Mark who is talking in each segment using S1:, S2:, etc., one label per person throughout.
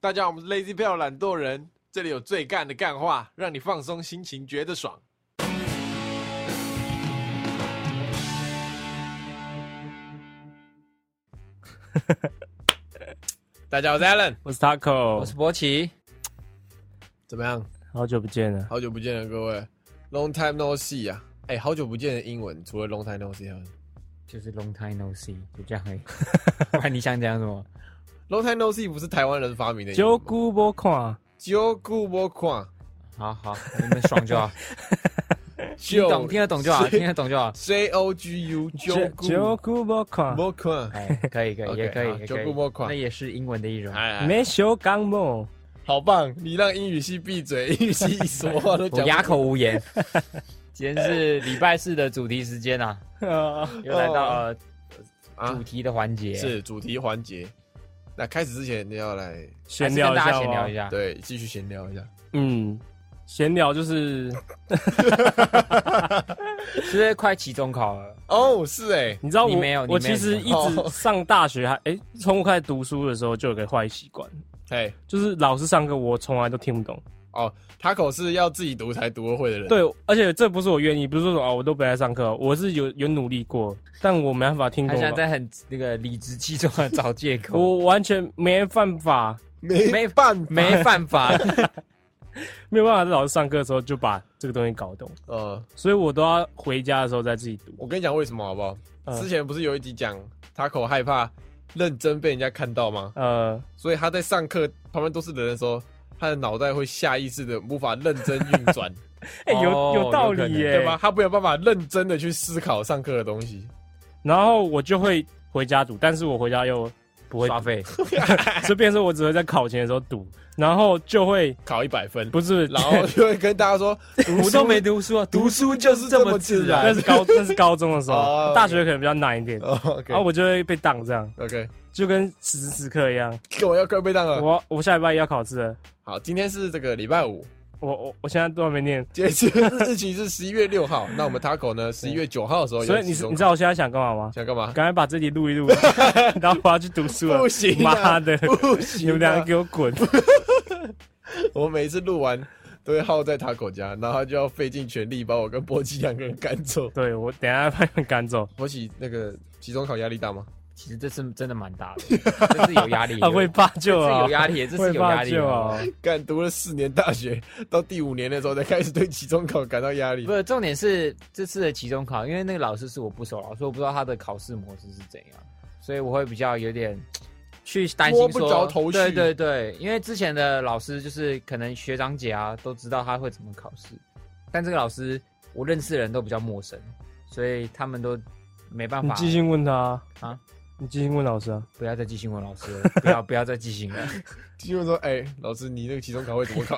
S1: 大家好，我们是 Lazy Bell 懒惰人，这里有最干的干话，让你放松心情，觉得 爽。大家好，我是 Alan，
S2: 我是 Taco，
S3: 我是博奇，
S1: 怎么样？
S2: 好久不见了，
S1: 好久不见了，各位，Long time no see 啊！哎、好久不见的英文，除了 Long time no see 还有什么
S3: 就是 long time no see，就这样而已。 不然你想讲什么？
S1: ，Long time no see 不是台湾人发明的英文
S2: 九
S1: 吗。
S2: 姑波看，
S1: 九古我看，
S3: 好好，你们爽就好， 听
S1: 九
S3: 懂听得懂就 好，听得懂就好。
S1: J O G U 九
S2: 九
S1: 古
S2: 姑波看，
S1: 我看。
S3: 哎，可以可
S1: OK，
S3: 以，也可
S1: 好
S3: 以，也可
S1: 九姑莫
S3: 以
S1: 款
S3: 那也是英文的一种。
S1: 哎，
S2: 没修港 梦，
S1: 好棒！你让英语系闭嘴，英语系一说话都
S3: 我
S1: 讲
S3: 哑口无言。 今天是礼拜四的主题时间啊，又来到了
S1: 啊
S3: 主，题的环节，
S1: 是主题环节。那开始之前，你要来
S3: 还
S2: 闲
S3: 是
S2: 聊
S3: 跟
S2: 一
S3: 大家
S2: 下
S3: 闲聊一
S2: 下，
S3: 下。
S1: 对继续闲聊一下。
S2: 嗯，闲聊就是
S3: 是不是快期中考了？
S1: 哦，是哎，
S2: 你知道
S3: 你
S2: 我
S3: 没有你
S2: 我
S3: 没有
S2: 其实
S3: 你
S2: 一
S1: 没有
S2: 直上大学还哎，从我开始读书的时候就有个坏习惯，
S1: 哎，
S2: 就是老师上课我从来都听不懂，
S1: 哦，他口是要自己读才读得会的人。
S2: 对，而且这不是我愿意，不是说什么哦我都不爱上课，我是有有努力过，但我没办法听
S3: 他
S2: 懂
S3: 现在
S2: 老，
S3: 在很那个理直气壮的找借 口，
S2: 我完全没办法，
S1: 没
S3: 没
S1: 办法，
S3: 没办法。
S2: 没有办法在老师上课的时候就把这个东西搞懂。
S1: 呃，
S2: 所以我都要回家的时候再自己读。
S1: 我跟你讲为什么好不好？
S2: 嗯
S1: 之前不是有一集讲他口害怕认真被人家看到吗？
S2: 呃，
S1: 所以他在上课旁边都是人的时候，他的脑袋会下意识的无法认真运 转。
S2: 哎、有、
S3: 哦
S2: 有道
S3: 有可
S2: 理
S3: 能
S2: 耶、
S1: 对吧？他没有办法认真的去思考上课的东西，
S2: 然后我就会回家读，但是我回家又不会
S3: 刷费，
S2: 读， 所以变成我只会在考前的时候读，然后就会
S1: 考一百分，
S2: 不 是，
S1: 然后就会跟大家说，
S3: 我都没读书啊，
S1: 读书就是这么自然
S2: 那是高 那是高中的时
S1: 哦
S2: 候，大学可能比较难一点，
S1: 哦
S2: 然后
S1: OK
S2: 我就会被挡这样，
S1: OK，
S2: 就跟此时此刻一样，
S1: 我要快被当了。
S2: 我我下礼拜要考试了，
S1: 啊好，今天是这个礼拜五，
S2: 我我我现在都还没念，
S1: 截止日期是 十一月六号，那我们 Taco 呢十一月九号的时候有
S2: 所以你
S1: 期中考，
S2: 你知道我现在想干嘛吗？
S1: 想干嘛？
S2: 赶快把这里录一录，然后我要去读书了，
S1: 不行啊
S2: 妈的，
S1: 不
S2: 你们
S1: 行
S2: 两
S1: 啊
S2: 个，给我滚！
S1: 我每一次录完都会耗在 Taco 家，然后他就要费尽全力把我跟波奇两个人赶走。
S2: 对我等一下把你们赶走，
S1: 波奇那个期中考压力大吗？
S3: 其实这是真的蛮大的，这是有压 力的，
S2: 他会罢就
S3: 这是
S2: 啊
S3: 有，压力的，这
S2: 会
S3: 是有压
S2: 罢
S3: 力的
S2: 就。啊。
S1: 干读了四年大学，到第五年的时候才开始对期中考感到压力
S3: 不。是，重点是这次的期中考，因为那个老师是我不熟老师，我不知道他的考试模式是怎样，所以我会比较有点去担心
S1: 摸
S3: 说，
S1: 不着头绪
S3: 对对对，因为之前的老师就是可能学长姐啊都知道他会怎么考试，但这个老师我认识的人都比较陌生，所以他们都没办
S2: 你
S3: 法。
S2: 即兴问他
S3: 啊，
S2: 你即兴问老师啊，
S3: 不要再记新闻老师了，不要不要再记新闻。
S1: 因为说，哎、老师，你那个期中考会怎么考？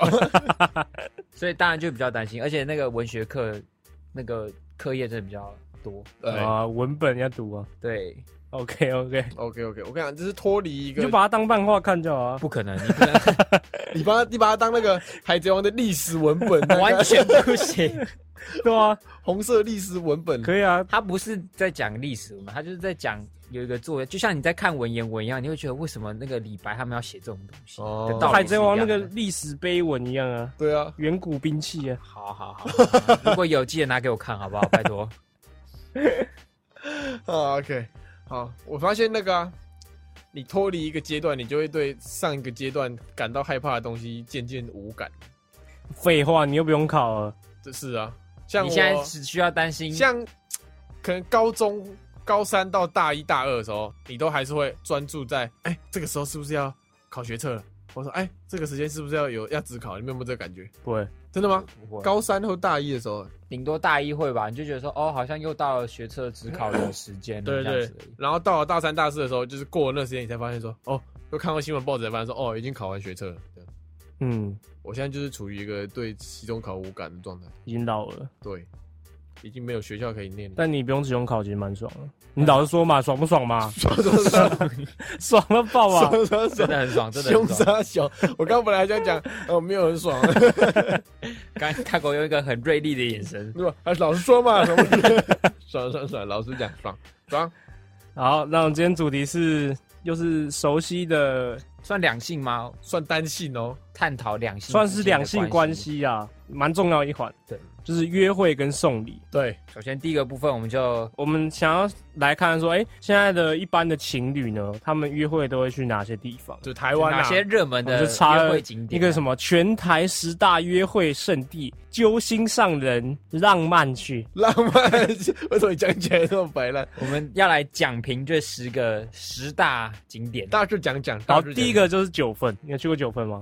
S3: 所以当然就比较担心，而且那个文学课那个课业真的比较多，
S1: 对
S2: 啊，文本要读啊。
S3: 对，
S2: OK OK，
S1: ，OK OK，我跟你讲，就是脱离一
S2: 你
S1: 个
S2: 就，把它当漫画看就好啊。
S3: 不可能，你 不能
S1: 你把它你把它当那个《海贼王》的历史文本，那个
S3: 完全不行。
S2: 对
S3: 嗯
S2: 啊，
S1: 红色历史文本，
S2: 可以啊。
S3: 他不是在讲历史嘛，他就是在讲有一个作为，就像你在看文言文一样，你会觉得为什么那个李白他们要写这种东西？
S1: 哦
S3: 的道理
S2: 海
S3: 是一
S2: 贼
S3: 样
S2: 王
S3: 的
S2: 那个历史碑文一样啊，
S1: 对啊，
S2: 远古兵器啊。
S3: 好好好，好如果有记得拿给我看好不好？拜托。
S1: 啊 OK，好，我发现那个啊，你脱离一个阶段，你就会对上一个阶段感到害怕的东西渐渐无感，
S2: 废话，你又不用考了。
S1: 这是啊，像
S3: 你
S1: 我
S3: 现在只需要担心，
S1: 像可能高中高三到大一大二的时候，你都还是会专注在，哎、这个时候是不是要考学测了？我说，哎、这个时间是不是要有要自考？你们有没有这个感觉？
S2: 不会，
S1: 真的吗？
S3: 不会
S1: 高三或大一的时候，
S3: 顶多大一会吧，你就觉得说哦，好像又到了学测只考的时间了，
S1: 对
S3: 这样
S1: 对
S3: 子而已。
S1: 然后到了大三大四的时候，就是过了那时间，你才发现说，哦，又看到新闻报纸才发现说，哦，已经考完学测了。这样
S2: 嗯，
S1: 我现在就是处于一个对期中考无感的状态，
S2: 已经老了，
S1: 对，已经没有学校可以念 了。
S2: 但你不用使用考，其实蛮爽的。你老实说嘛，爽不爽嘛？
S1: 爽爽爽
S2: 爽到爆啊！
S1: 爽爽
S3: 真
S1: 爽！
S3: 的很爽，真的
S1: 凶
S3: 很爽。
S1: 杀小，我刚本来想讲， 哦，没有很爽，
S3: 刚刚大狗用一个很锐利的眼神，
S1: 对吧？啊，老实说嘛，什么 爽爽爽，老实讲爽爽。
S2: 好，那我们今天主题是又是熟悉的
S3: 算两性吗？
S1: 算单性哦。
S3: 探讨两性
S2: 算
S3: 之
S2: 是
S3: 间的
S2: 两性关。系啊，蛮重要一环。
S3: 对，
S2: 就是约会跟送礼。
S1: 对，
S3: 首先第一个部分，我们就
S2: 我们想要来看说，哎、现在的一般的情侣呢，他们约会都会去哪些地方？
S1: 就台湾
S3: 哪
S1: 啊，
S3: 些热门
S2: 我
S3: 的
S2: 们就插
S3: 约会景
S2: 一
S3: 点啊？
S2: 个什么全台十大约会圣地，揪心上人浪漫去。
S1: 浪漫， 为什么你讲起来这么白烂？
S3: 我们要来讲评这十个十大景点。
S1: 大致讲讲。
S2: 然
S1: 大
S2: 后
S1: 致讲
S2: 第一，个就是九份，你有去过九份吗？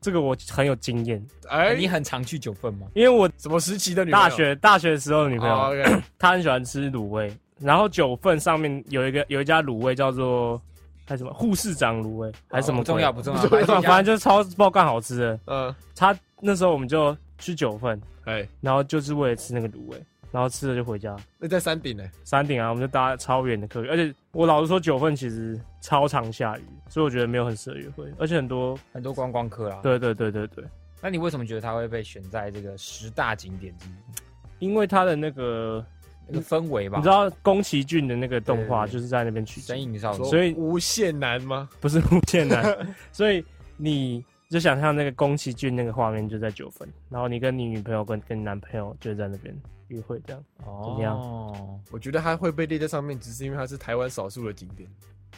S2: 这个我很有经验，
S1: 哎，
S3: 你很常去九份吗？
S2: 因为我
S1: 什么时期的女朋友
S2: 大学大学时候的女朋友，
S1: 哦，OK
S2: 她很喜欢吃卤味，然后九份上面有一个有一家卤味叫做还什么护士长卤味还是什么鬼、
S3: 不重要，不重要，
S1: 不重
S3: 反
S1: 要
S3: 正
S2: 反正就是超爆干好吃的。
S1: 嗯，
S2: 他那时候我们就去九份，
S1: 哎，
S2: 然后就是为了吃那个卤味，然后吃了就回家。
S1: 那在山顶呢？
S2: 山顶啊，我们就搭超远的客运，而且我老实说，九份其实超常下雨，所以我觉得没有很适合约会，而且很多，
S3: 很多观光客啦。，
S2: 对对对对对，
S3: 那你为什么觉得它会被选在这个十大景点之一？
S2: 因为它的那个，
S3: 那个氛围吧，
S2: 嗯你知道宫崎骏的那个动画
S3: 对对对
S2: 就是在那边取
S3: 神
S2: 景，
S3: 隐少
S1: 说
S3: 女，
S2: 所以
S1: 无限难吗？
S2: 不是无限 南，所以你就想象那个宫崎骏那个画面就在九份，然后你跟你女朋友跟跟你男朋友就在那边约会这样，怎么
S3: 哦，
S1: 我觉得它会被列在上面，只是因为它是台湾少数的景点。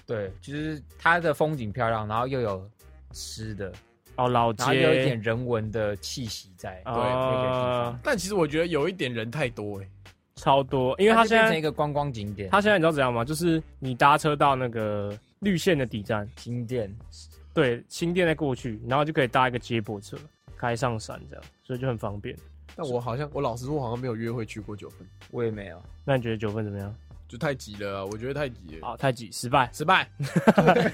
S3: 对，就是它的风景漂亮，然后又有吃的，
S2: 哦，老
S3: 然后又有一
S2: 街
S3: 点人文的气息在。
S2: 啊、
S3: 那个地方
S1: 但其实我觉得有一点人太多哎，
S2: 超多，因为
S3: 它
S2: 他
S3: 就
S2: 现
S3: 变成
S2: 在
S3: 一个观光景点，
S2: 他现在你知道怎样吗？就是你搭车到那个绿线的底站，
S3: 景点
S2: 对，新店再过去，然后就可以搭一个接驳车开上山这样，所以就很方便。
S1: 但我好像我老实说，我好像没有约会去过九份，
S3: 我也没有。
S2: 那你觉得九份怎么样？
S1: 就太急了啊，我觉得太急了，
S2: 好，太极失败。
S1: 失败。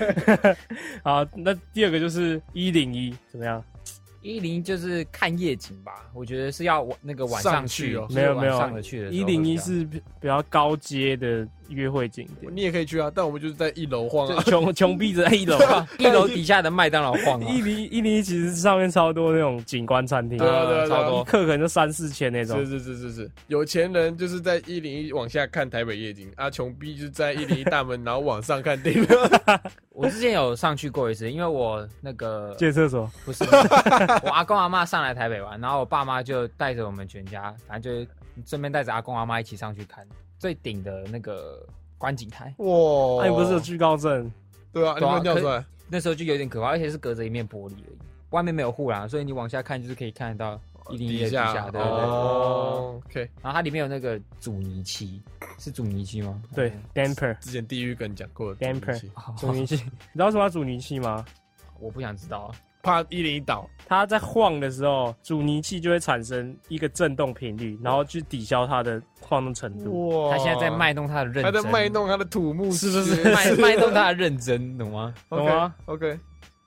S2: 好，那第二个就是一零一怎么样？
S3: 一零就是看夜景吧，我觉得是要晚那个晚
S1: 上去
S3: 去
S1: 哦，
S3: 就是
S2: 没有没有
S3: 晚上的去的时
S2: 一
S3: 候会比较。
S2: 零一是比较高阶的约会景点，
S1: 你也可以去啊，但我们就是在一楼晃 啊。
S2: 穷穷逼着在一楼啊。
S3: 哇一楼底下的麦当劳晃啊，
S2: 一零一零一其实上面超多那种景观餐厅，
S1: 对啊对啊对啊
S2: 一
S3: 超嗯多。
S2: 客可能就三四千那种
S1: 是。是是是是，有钱人就是在一零一往下看台北夜景，啊，穷逼就是在一零一大门，然后往上看地标。
S3: 我之前有上去过一次，因为我那 个
S2: 借厕所，
S3: 不是我阿公阿妈上来台北玩，然后我爸妈就带着我们全家，反正就顺便带着阿公阿妈一起上去看最顶的那个观景台。
S1: 哇
S2: 哎，不是有惧高症，
S1: 对啊，你
S3: 对啊
S1: 们尿出来，
S3: 那时候就有点可怕，而且是隔着一面玻璃而已，外面没有护栏，所以你往下看就是可以看得到一零一的底下，对对对。
S1: 哦，OK，
S3: 然后它里面有那个阻尼漆，是阻尼漆吗？
S2: 对，damper
S1: 之前地狱跟你讲过的
S2: Damper
S1: 东西，
S3: 哦，
S2: 阻尼器，你知道为什么要阻尼器吗？
S3: 我不想知道。啊
S1: 怕一零一倒，
S2: 它在晃的时候，阻尼器就会产生一个震动频率，然后去抵消它的晃动程度。
S1: 哇
S3: 嗯他现在在，卖弄他的认
S1: 哦他
S3: 真，
S1: 在卖弄他的土木
S2: 是不
S1: 学
S2: 是
S3: 卖卖弄他的认真，懂吗？
S2: 懂吗
S1: ？OK，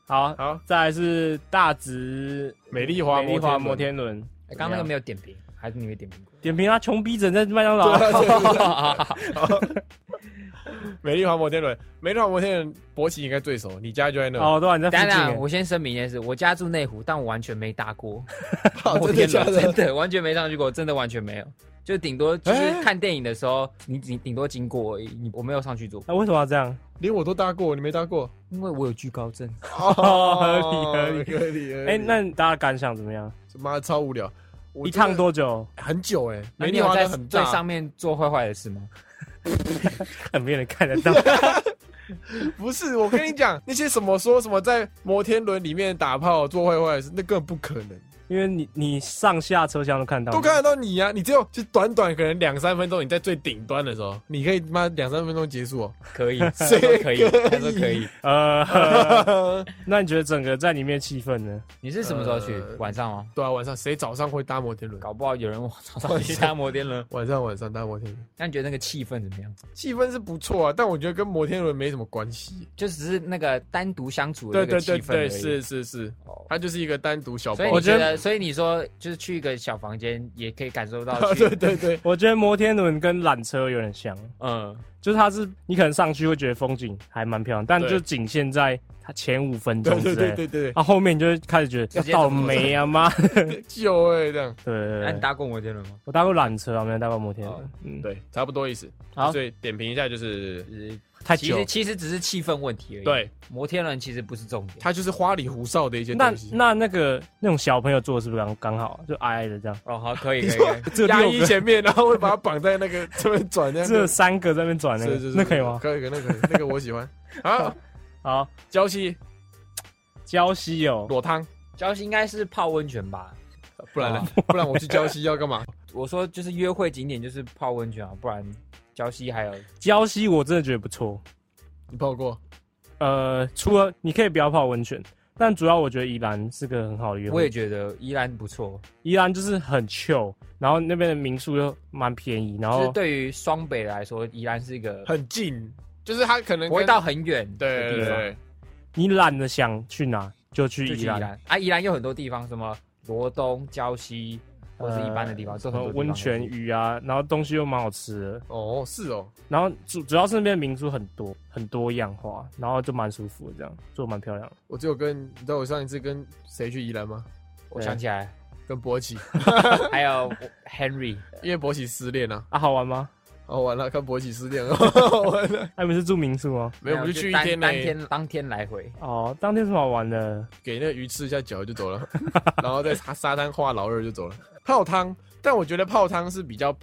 S2: 好，
S1: 好，
S2: 再来是大直
S1: 美丽华
S2: 美丽华摩
S1: 摩
S2: 天轮。
S3: 刚刚那个没有点评，还是你没点评过？
S2: 点评他啊穷逼整在麦当劳，啊
S1: 美丽华摩天轮，美丽华摩天轮，博奇应该最熟，你家就在那，
S2: 哦，对啊，你在附
S3: 当
S2: 近
S3: 然，
S2: 欸。
S3: 我先声明一件事，我家住内湖，但我完全没搭过
S1: 哦真
S3: 摩
S1: 的
S3: 天
S1: 假
S3: 轮，真
S1: 的？
S3: 的完全没上去过，真的完全没有。就顶多就是
S1: 哎
S3: 看电影的时候，你顶顶多经过而已，你我没有上去坐，
S2: 那为什么要这样？
S1: 连我都搭过，你没搭 过？
S3: 因为我有惧高症。
S1: 哦，
S2: 合理合理
S1: 合理。合理
S2: 哎，那你大家感想怎么样？
S1: 妈的超无聊，我
S2: 一
S1: 真的
S2: 趟多久？
S1: 很久哎，
S3: 那
S1: 美丽
S3: 你有
S1: 华
S3: 在
S1: 的很
S3: 最
S1: 大，
S3: 上面做坏坏的事吗？
S2: 没有人看得到。
S1: 不是，我跟你讲，那些什么说什么在摩天轮里面打炮做坏坏的事，那根本不可能，
S2: 因为你你上下车厢都看到，
S1: 都看得到你呀、啊！你只有就短短可能两三分钟，你在最顶端的时候，你可以妈两三分钟结束哦。
S3: 可 以，他
S1: 谁
S3: 说可以，
S1: 可以
S3: 他说 可以。
S2: 呃， 那你觉得整个在里面气氛呢？
S3: 你是什么时候去
S1: 呃？
S3: 晚上吗？
S1: 对啊，晚上谁早上会搭摩天轮？
S3: 搞不好有人早上去搭摩天轮。
S1: 晚上晚上搭摩天轮，
S3: 那你觉得那个气氛怎么样？
S1: 气氛是不错啊，但我觉得跟摩天轮没什么关系。
S3: 就只是那个单独相处的
S1: 对
S3: 那个
S1: 对
S3: 气
S1: 对
S3: 氛而
S1: 对，
S3: 已。
S1: 是是是，
S3: 哦。
S1: 它就是一个单独小包
S3: 所以。
S2: 我
S3: 你
S2: 觉
S3: 觉
S2: 得
S3: 得，所以你说就是去一个小房间，也可以感受 到去
S1: 对对对，
S2: 我觉得摩天轮跟缆车有点像，
S3: 嗯，
S2: 就是它是你可能上去会觉得风景还蛮漂亮，但就仅限在它前五分钟
S1: 对
S2: 之
S1: 对
S2: 类
S1: 对
S2: 的，
S1: 对对
S2: 啊后面你就会开始觉得
S3: 直接
S2: 要倒霉啊妈！对
S1: 对，就哎这样，
S3: 那
S2: 对
S3: 你
S2: 对，
S3: 搭过摩天轮吗？
S2: 我搭过缆车啊，没有搭过摩天轮
S3: 哦。
S2: 嗯，
S1: 对，差不多意思。
S2: 好
S1: 所以点评一下就是
S3: 就是
S2: 太
S3: 其
S2: 久
S3: 实。其实只是气氛问题而已。，
S1: 对，
S3: 摩天轮其实不是 重点。
S1: 它就是花里胡哨的一些
S2: 那
S1: 东西。
S2: 那那个那种小朋友坐是不是刚刚好就矮矮的这 样？
S3: 哦，好，可以可以
S1: 说
S3: 可以。
S2: 只有
S1: 压
S2: 六
S1: 抑
S2: 个，
S1: 前面，然后会把它绑在那个这边转那
S2: 只有
S1: 个，
S2: 三个在那边转那
S1: 是
S2: 个
S1: 是，是
S2: 那可以吗？
S1: 可以，可以那个那个我喜欢。好，
S2: 好，
S1: 娇妻
S2: 礁溪哦，
S1: 裸汤，
S3: 礁溪应该是泡温泉吧？
S1: 不然呢？不然我去娇妻要干嘛？
S3: 我说就是约会景点就是泡温泉啊，不然礁溪还有
S2: 礁溪我真的觉得不错。
S1: 你泡过？
S2: 呃，除了你可以不要泡温泉，但主要我觉得宜兰是个很好的约
S3: 我也
S2: 会。
S3: 觉得依然不错，
S2: 宜兰就是很 chill，然后那边的民宿又蛮便宜，然
S3: 就是
S2: 后
S3: 对于双北来说，依然是一个
S1: 很近，就是它可能
S3: 不会
S1: 跟
S3: 到很远
S1: 对
S3: 的
S1: 对
S3: 地
S1: 对
S3: 方，
S1: 对，
S2: 你懒得想去哪就去
S3: 就去
S2: 宜
S3: 宜
S2: 兰，
S3: 兰啊，宜兰有很多地方，什么罗东、礁溪，或是一般的地方，
S2: 呃
S3: 这
S2: 什
S3: 很
S2: 么
S3: 多地方
S2: 温泉
S3: 都是
S2: 浴啊，然后东西又蛮好吃的，
S1: 哦，是哦，
S2: 然后主主要是那边的民宿很多很多样化，然后就蛮舒服的，这样做得蛮漂亮的。
S1: 我只有跟你知道我上一次跟谁去宜兰吗？
S3: 我想起来，
S1: 跟博奇，
S3: 还有 Henry
S1: 因为博奇失恋啊。
S2: 啊，好 玩吗？
S1: 哦，完了，跟博奇失恋，哦完了。
S2: 哎，你们是住民宿吗？
S1: 没有，我们就去一
S3: 单
S1: 天呢
S3: 当，天当天来回，
S2: 哦，当天有什么好玩的？
S1: 给那个鱼吃一下脚就走了， 然后在沙沙滩画老二就走了。泡汤，但我觉得泡汤是比较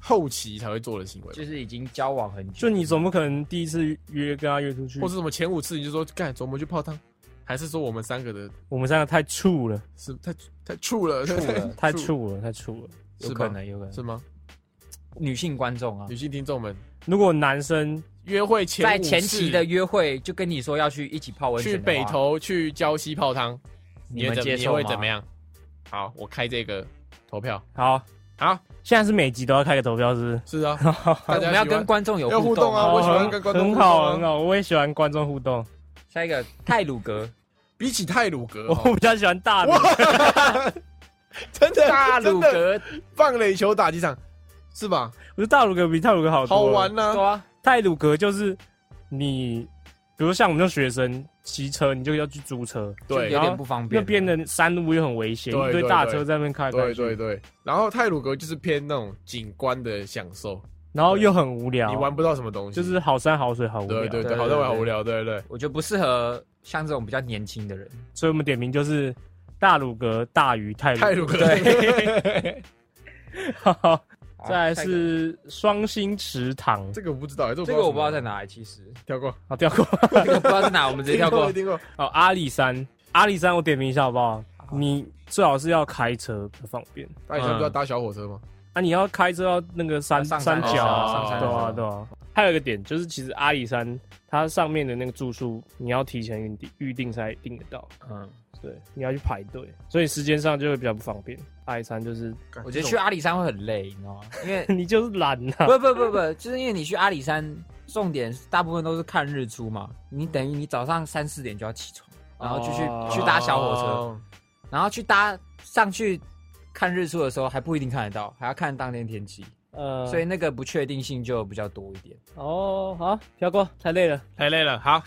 S1: 后期才会做的行为吧，
S3: 就是已经交往很
S2: 就
S3: 久，
S2: 你总不可能第一次约跟他约出去
S1: 或，是什么前五次你就说干，走我们去泡汤，还是说我们三个的
S2: 我们三个太处了，
S1: 是太太处了，
S3: 处 了
S2: 太
S1: 处
S2: 处了，太处了。
S3: 有
S1: 是
S3: 可
S1: 吗
S3: 能有可
S1: 是
S3: 能，
S1: 吗？
S3: 女性观众啊
S1: 女，性听众们，
S2: 如果男生
S1: 约会前
S3: 在
S1: 五
S3: 前
S1: 次
S3: 期的约会就跟你说要去一起泡温泉
S1: 去
S3: 的话，
S1: 北投去礁溪泡汤，
S3: 你
S1: 会
S3: 们
S1: 怎
S3: 接
S1: 你
S3: 受
S1: 会
S3: 吗
S1: 怎么？样？好，我开这个投票。
S2: 好，
S1: 好，
S2: 现在是每集都要开个投票，是不是？
S1: 是啊，
S3: 我
S1: 大家
S3: 们要
S1: 喜欢
S3: 跟观众有
S1: 要互动
S3: 动
S1: 啊我喜欢
S2: 哦
S1: 跟观众
S2: 很
S1: 互动啊
S2: 好，很好，我也喜欢观众互动。
S3: 下一个泰鲁格，
S1: 比起泰鲁 格，
S2: 我
S1: 哦
S2: 比较喜欢大的，
S1: 哇， 真的
S3: 大
S1: 真
S3: 鲁
S1: 的
S3: 格
S1: 棒垒球打击场是吧？
S2: 我觉得大鲁格比泰鲁格好多
S1: 好玩呐、
S3: 对啊，
S2: 泰鲁格就是你，比如像我们这种学生骑车，你就要去租车，
S3: 就
S1: 对
S3: 有点不方便
S2: 那
S3: 了。
S2: 边的山路又很危险，
S1: 对
S2: 一堆
S1: 对
S2: 大
S1: 对
S2: 车在那边开来开
S1: 对
S2: 去，
S1: 对对，然后泰鲁格就是偏那种景观的享受，
S2: 然后又很无聊，
S1: 你玩不到什么东西，
S2: 啊就是好山好水好无聊，
S1: 对对
S3: 对
S1: 对，好在玩
S3: 对
S1: 无聊，对对，
S3: 我觉得不适合像这种比较年轻的人。
S2: 所以我们点名就是大鲁格大于泰
S1: 泰鲁
S2: 鲁
S1: 格哦
S3: 对
S2: 格，
S3: 好
S2: 再来
S3: 下一个
S2: 是双星池塘，
S1: 这个我不知道，这
S3: 这个我不知道在，哪里，其实
S1: 跳过，
S2: 好 跳过
S3: 这个不知道在哪，我们直接跳过。
S1: 听过，
S2: 哦，阿里山，阿里山我点名一下好不好？你最好是要开车不方便，
S1: 那你上
S2: 嗯
S1: 不要搭小火车吗？
S2: 啊，你要开车到那个山
S3: 上
S2: 山
S3: 山
S2: 脚
S1: 哦上
S2: 啊，
S1: 山的
S2: 对
S1: 时
S2: 啊
S1: 候
S2: 对啊。还有一个点就是，其实阿里山它上面的那个住宿，你要提前预定预定才订得到，
S3: 嗯，
S2: 对，你要去排队，所以时间上就会比较不方便。阿里山就是
S1: 干
S3: 我觉得去，阿里山会很累，你知道吗？因为
S2: 你就是懒呐、
S3: 不不不不，就是因为你去阿里山，重点大部分都是看日出嘛。你等于你早上三四点就要起床，然后就去、
S2: 哦
S1: 这
S3: 去
S1: 种
S3: 搭小火车，
S1: 哦
S3: 然后去搭上去看日出的时候还不一定看得到，还要看当天天气，
S2: 呃，
S3: 所以那个不确定性就比较多一点。
S2: 哦，好，飘过，太累了。
S1: 太累了。好，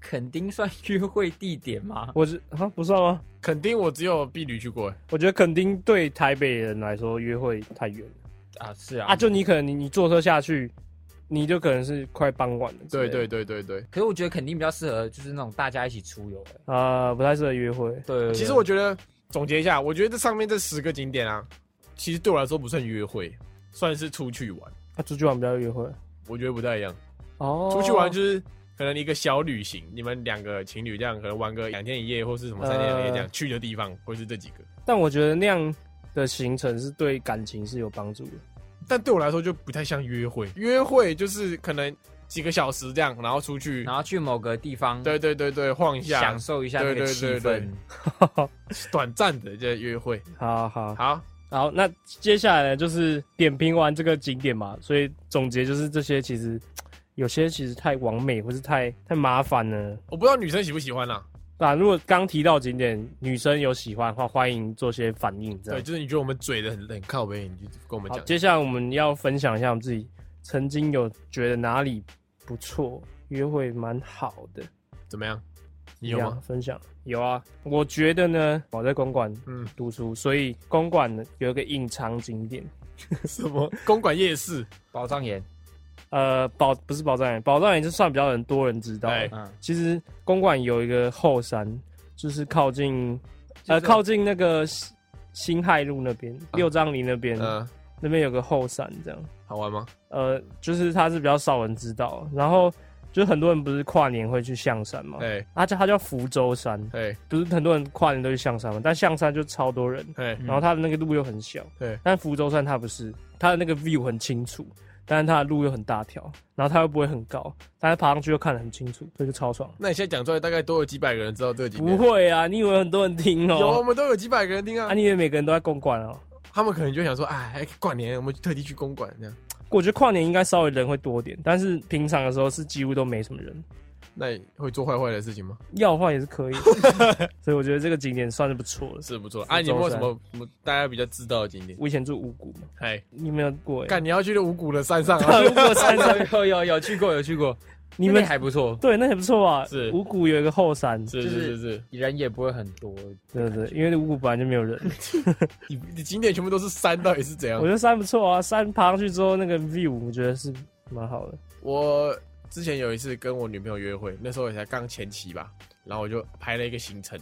S3: 垦丁算约会地点吗？
S2: 我是啊，不算吗？
S1: 肯定我只有避旅去 过，
S2: 我觉得垦丁对台北人来说约会太远了
S3: 啊，是啊，
S2: 啊，就你可能你你坐车下去，你就可能是快傍晚了之类
S1: 对
S2: 的，
S1: 对对对对。
S3: 可是我觉得肯定比较适合，就是那种大家一起出游、欸。
S2: 啊、不太适合约会。
S3: 对
S1: 其实我觉得总结一下，我觉得这上面这十个景点啊，其实对我来说不算约会，算是出去玩。
S2: 啊，出去玩不要约会。
S1: 我觉得不太一样，
S2: 哦，
S1: 出去玩就是可能一个小旅行，你们两个情侣这样，可能玩个两天一夜或是什么三天两夜这样，
S2: 呃
S1: 去的地方会是这几个。
S2: 哦但我觉得那样的行程是对感情是有帮助的。
S1: 但对我来说就不太像约会，约会就是可能几个小时这样，然后出去
S3: 然，后去某个地方，
S1: 对对对对，晃一下
S3: 享，受一下那个气
S1: 对对
S3: 氛。
S1: 对对 短暂的这约会。
S2: 好好
S1: 好，
S2: 好，那接下来呢就是点评完这个景点嘛，所以总结就是这些其实有些其实太完美或是太太麻烦了。
S1: 我不知道女生喜不喜欢啦、
S2: 啊，如果刚提到景点，女生有喜欢的话，欢迎做些反应。这
S1: 对，
S2: 样
S1: 就是你觉得我们嘴的很很靠背，你就跟我们
S2: 好，
S1: 讲。
S2: 接下来我们要分享一下我们自己曾经有觉得哪里不错，约会蛮好的。
S1: 怎么样？你有吗？？
S2: 分享有啊，我觉得呢，我在公馆
S1: 嗯，
S2: 读书，所以 公馆有一个隐藏景点，
S1: 什么？公馆夜市
S3: 宝藏岩
S2: 呃宝不是宝藏岩，宝藏岩就算比较人多人知道了。
S1: 哎
S3: 嗯，
S2: 其实公馆有一个后山，就是靠近呃
S3: 就是
S2: 靠近那个新新海路那边，六张犁那边，
S1: 啊嗯，
S2: 那边有个后山这样。
S1: 好玩吗？
S2: 呃，就是它是比较少人知道，然后就是很多人不是跨年会去象山嘛，
S1: 哎
S2: 啊，叫它叫福州山，
S1: 哎
S2: 不是很多人跨年都去象山嘛，但象山就超多人，
S1: 哎
S3: 嗯
S2: 然后它的那个路又很小，
S1: 对
S2: 但福州山它不是，它的那个 view 很清楚，但是它的路又很大条，然后它又不会很高，但是爬上去又看得很清楚，所以就超爽。
S1: 那你现在讲出来，大概都有几百个人知道这个景
S2: 不
S1: 点？
S2: 会啊，你以为很多人听
S1: 有啊，
S2: 哦、
S1: 我们都有几百个人听啊
S2: 啊，。你以为每个人都在公馆哦、
S1: 他们可能就想说，哎，过年我们特地去公馆这样。
S2: 我觉得跨年应该稍微人会多点，但是平常的时候是几乎都没什么人，
S1: 那你会做坏坏的事情吗？
S2: 要的话也 是可以。所以我觉得这个景点算是不错了。
S1: 是不错。
S2: 福州
S1: 啊，你有没有什么什么大家比较知道的景点？
S2: 我以前住五谷嘛，
S1: 哎，
S2: 你没有过、欸？
S1: 干你要去的五谷的山上啊？
S2: 五谷山上，
S3: 有有有去过有去过，
S2: 你
S3: 那
S2: 们
S3: 里还不错，
S2: 对那也不错啊。
S1: 是
S2: 五谷有一个后山，
S1: 是
S3: 就是
S1: 是是，
S3: 人也不会很多。嗯
S2: 对对对，因为五谷本来就没有人。
S1: 你你景点全部都是山，到底是怎样
S2: 我觉？得山不错啊，山爬上去之后那个 view 我觉得是蛮好的。
S1: 我之前有一次跟我女朋友约会，那时候也才刚前期吧，然后我就排了一个行程，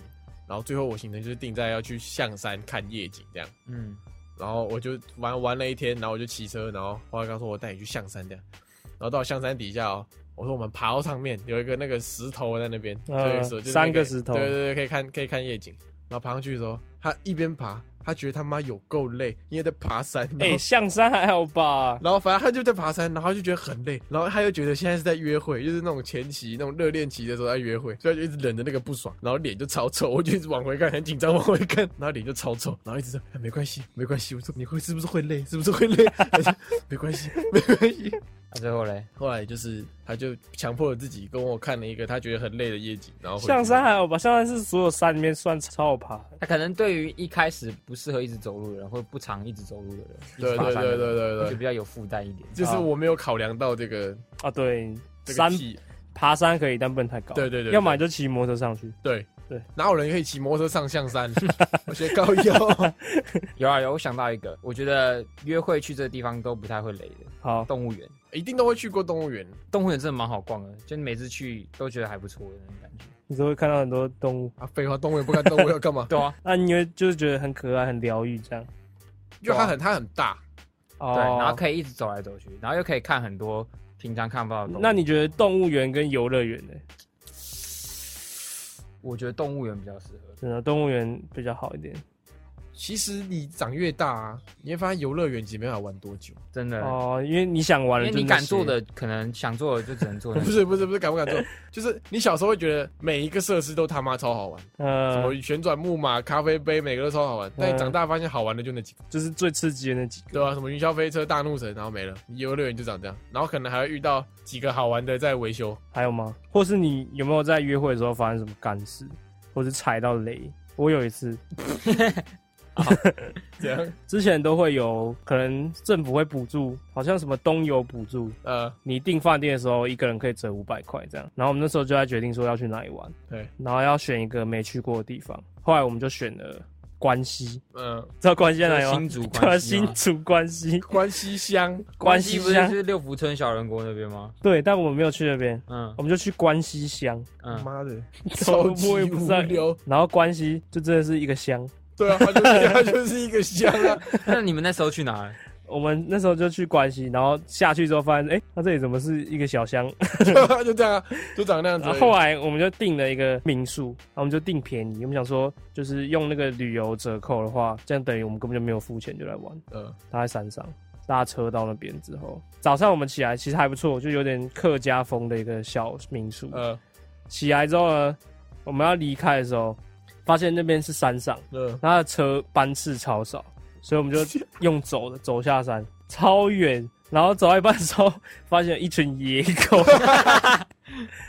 S1: 然后最后我行程就是定在要去象山看夜景这样。
S3: 嗯，
S1: 然后我就玩玩了一天，然后我就骑车，然后花刚说我带你去象山这样，然后到象山底下哦，我说我们爬到上面有一个那个石头在那边，
S2: 嗯
S1: 对，石头就是那
S2: 三个石头
S1: 对对对，可以看可以看夜景。然后爬上去的时候，他一边爬，他觉得他妈有够累，因为在爬山，然
S2: 哎、
S1: 后、
S2: 象山还好吧？
S1: 然后反正他就在爬山，然后他就觉得很累，然后他又觉得现在是在约会，就是那种前期那种热恋期的时候在约会，所以他就一直忍着那个不爽，然后脸就超臭，我就一直往回看，很紧张往回看，然后脸就超臭，然后一直说、哎没关系，没关系，我说你会是不是会累，是不是会累？他说没关系，没关系。
S3: 啊最后嘞，
S1: 后来就是他就强迫了自己跟我看了一个他觉得很累的夜景，然后回去
S2: 象山还好吧？象山是所有山里面算超好爬的。
S3: 他可能对于一开始不适合一直走路的人，或不常一直走路的人，
S1: 对
S3: 一直爬
S1: 对
S3: 山
S1: 对
S3: 的
S1: 对
S3: 人
S1: 对
S3: 就
S1: 对
S3: 比较有负担一点。
S1: 就是我没有考量到这个
S2: 啊，对，
S1: 这
S2: 山
S1: 个屁，
S2: 爬山可以，但不能太高。
S1: 对对对
S2: 要么你就骑摩托车上去。
S1: 对
S2: 对，
S1: 哪有人可以骑摩托车上象山？我学高腰。
S3: 有啊有，我想到一个，我觉得约会去这个地方都不太会累的，
S2: 好，
S3: 动物园。
S1: 一定都会去过动物园。
S3: 动物园真的蛮好逛的，就是每次去都觉得还不错的那种感觉。？
S2: 你都会看到很多动物，
S1: 啊，废话，动物园不干动 物要干嘛
S3: 对啊，
S2: 那、你会就是觉得很可爱、很疗愈这样。
S1: 因为它很它很大，
S2: 哦
S3: 对，然后可以一直走来走去，然后又可以看很多平常看不到的东西。
S2: 那你觉得动物园跟游乐园呢？
S3: 我觉得动物园比较适合。
S2: 真的，动物园比较好一点。
S1: 其实你长越大、啊，你会发现游乐园其实没办法玩多久。
S3: 真的，
S2: 哦，因为你想玩的
S3: 因为
S2: 就
S3: 你
S2: 那
S3: 敢
S2: 些
S3: 做，的，可能想做的就只能做那
S1: 不
S3: 个。
S1: 是不是不是敢不敢做，就是你小时候会觉得每一个设施都他妈超好玩，什
S2: 呃，
S1: 么旋转木马、咖啡杯，每个都超好玩。但你长大发现好玩的就那几个，
S2: 就是最刺激的那几个。
S3: 啊
S1: 对吧、啊什么云霄飞车、大怒神，然后没了。游乐园就长这样，然后可能还会遇到几个好玩的在维修。
S2: 还有吗？或是你有没有在约会的时候发生什么干事，或是踩到雷？我有一次，
S1: 这样，
S2: 之前都会有可能政府会补助，好像什么东游补助，
S1: 呃，
S2: 你订饭店的时候一个人可以折五百块这样。然后我们那时候就在决定说要去哪里玩，
S1: 对，
S2: 然后要选一个没去过的地方。后来我们就选了关西，
S1: 嗯、
S2: 知道关西在哪里
S3: 就是
S2: 吗？
S3: 新竹
S2: 对啊，
S3: 关系
S2: 新
S3: 吗，
S2: 竹关西，
S1: 关西乡，
S2: 关
S3: 西
S2: 西
S3: 不是
S2: 乡
S3: 是六福村小人国那边吗？
S2: 对，但我们没有去那边，
S3: 嗯
S2: 我们就去关西乡，
S3: 嗯，
S1: 妈的，
S2: 我
S1: 超级
S2: 也不
S1: 无
S2: 知道。
S1: 聊。
S2: 然后关西就真的是一个乡，
S1: 对啊，它就是它就是一个乡啊。
S3: 那你们那时候去哪儿？
S2: 我们那时候就去关西，然后下去之后发现，哎、那这里怎么是一个小乡？
S1: 就这样啊，就长那样子
S2: 然
S1: 而
S2: 后啊
S1: 已。
S2: 后来我们就订了一个民宿，然后我们就订便宜，我们想说就是用那个旅游折扣的话，这样等于我们根本就没有付钱就来玩。
S1: 嗯，
S2: 他在山上搭车到那边之后，早上我们起来其实还不错，就有点客家风的一个小民宿。
S1: 呃，
S2: 起来之后呢，我们要离开的时候，发现那边是山上，
S1: 嗯，
S2: 他的车班次超少，所以我们就用走的走下山，超远。然后走到一半的时候，发现有一群野狗，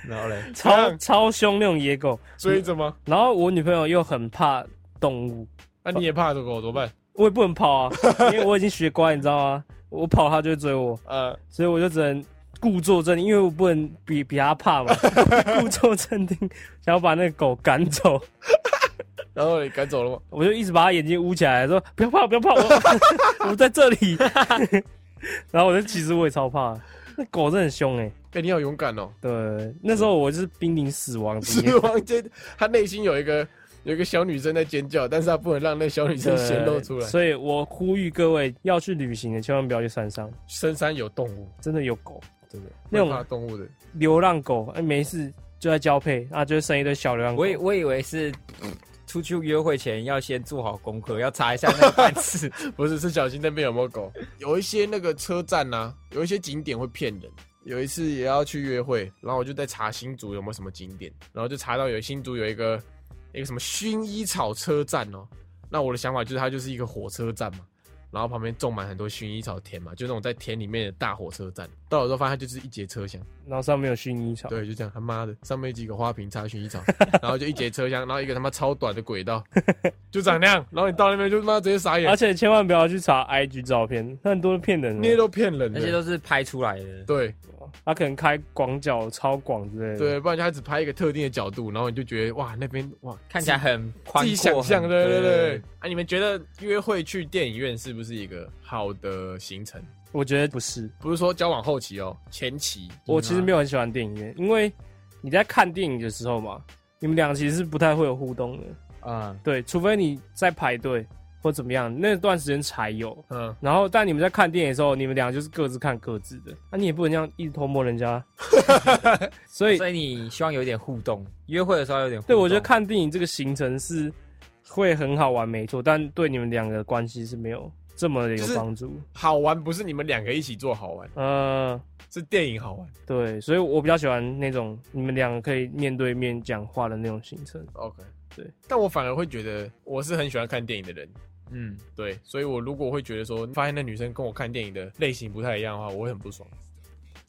S3: 然后嘞，
S2: 超超凶那种野狗。
S1: 追着吗？
S2: 然后我女朋友又很怕动物，
S1: 那、啊你也怕这个狗怎么办？
S2: 我也不能跑啊，因为我已经学乖，你知道吗？我跑她就会追我，
S1: 呃，
S3: 啊
S2: 所以我就只能故作镇定，因为我不能比比她怕嘛， 故作镇定，想要把那个狗赶走。
S1: 然后你赶走了吗？
S2: 我就一直把他眼睛捂起来，说不 要怕，不要怕，我我在这里。然后我就其实我也超怕，那狗真的很凶哎、
S1: 哎，你好勇敢哦！
S2: 对，那时候我就是濒临死亡之
S1: 死
S2: 边，
S1: 亡间，他内心有一个有一个小女生在尖叫，但是他不能让那小女生
S2: 对
S1: 显露出来。
S2: 所以我呼吁各位要去旅行的，千万不要去山上，
S1: 深山有动物，
S2: 真的有狗，
S1: 真的
S2: 那种
S1: 会怕动物的，
S2: 流浪狗，哎、没事就在交配，啊，就会生一堆小流浪狗。
S3: 我以我以为是出去约会前要先做好功课，要查一下那个单词。
S1: 不是是小心那边有没有狗。有一些那个车站呐、啊有一些景点会骗人。有一次也要去约会，然后我就在查新竹有没有什么景点，然后就查到有新竹有一个一个什么薰衣草车站哦。那我的想法就是它就是一个火车站嘛，然后旁边种满很多薰衣草田嘛，就那种在田里面的大火车站。到了之后发现它就是一节车厢。
S2: 然后上面有薰衣草，
S1: 对，就这样，他妈的，上面几个花瓶插薰衣草， 然后就一节车厢，然后一个他妈超短的轨道，就长那样，然后你到那边就他妈直接傻眼
S2: 而，且千万不要去查 IG 照片，那很多是骗人
S1: 那些
S2: 的，
S1: 都骗人
S3: 那些
S1: 的。
S3: 都是拍出来的。
S1: 对
S2: 他可能开广角、超广之类的。，
S1: 对，不然就他只拍一个特定的角度，然后你就觉得哇，那边哇，
S3: 看起来很宽
S1: 自
S3: 阔，
S1: 己想象，
S3: 很
S1: 对对对。啊，你们觉得约会去电影院是不是一个好的行程？
S2: 我觉得不是，
S1: 不是说交往后期哦，前期嗯
S2: 我其实没
S1: 有，
S2: 有很喜欢电影院，因为你在看电影的时候嘛，你们俩其实是不太会有互动的，
S3: 嗯，
S2: 对，除非你在排队或怎么样，那段时间才有。
S1: 嗯，
S2: 然后，但你们在看电影的时候，你们俩就是各自看各自的，那、你也不能这样一直偷摸人家，所以
S3: 所以你希望有点互动，约会的时候有点互动。
S2: 对，我觉得看电影这个行程是会很好玩，没错，但对你们两个关系是没有这么的有
S1: 就是
S2: 帮助。
S1: 好玩不是你们两个一起做好玩，
S2: 呃，
S1: 是电影好玩。
S2: 对，所以我比较喜欢那种你们两个可以面对面讲话的那种行程。
S1: OK，
S2: 对，
S1: 但我反而会觉得我是很喜欢看电影的人。
S3: 嗯，
S1: 对，所以我如果会觉得说，发现那女生跟我看电影的类型不太一样的话，我会很不爽，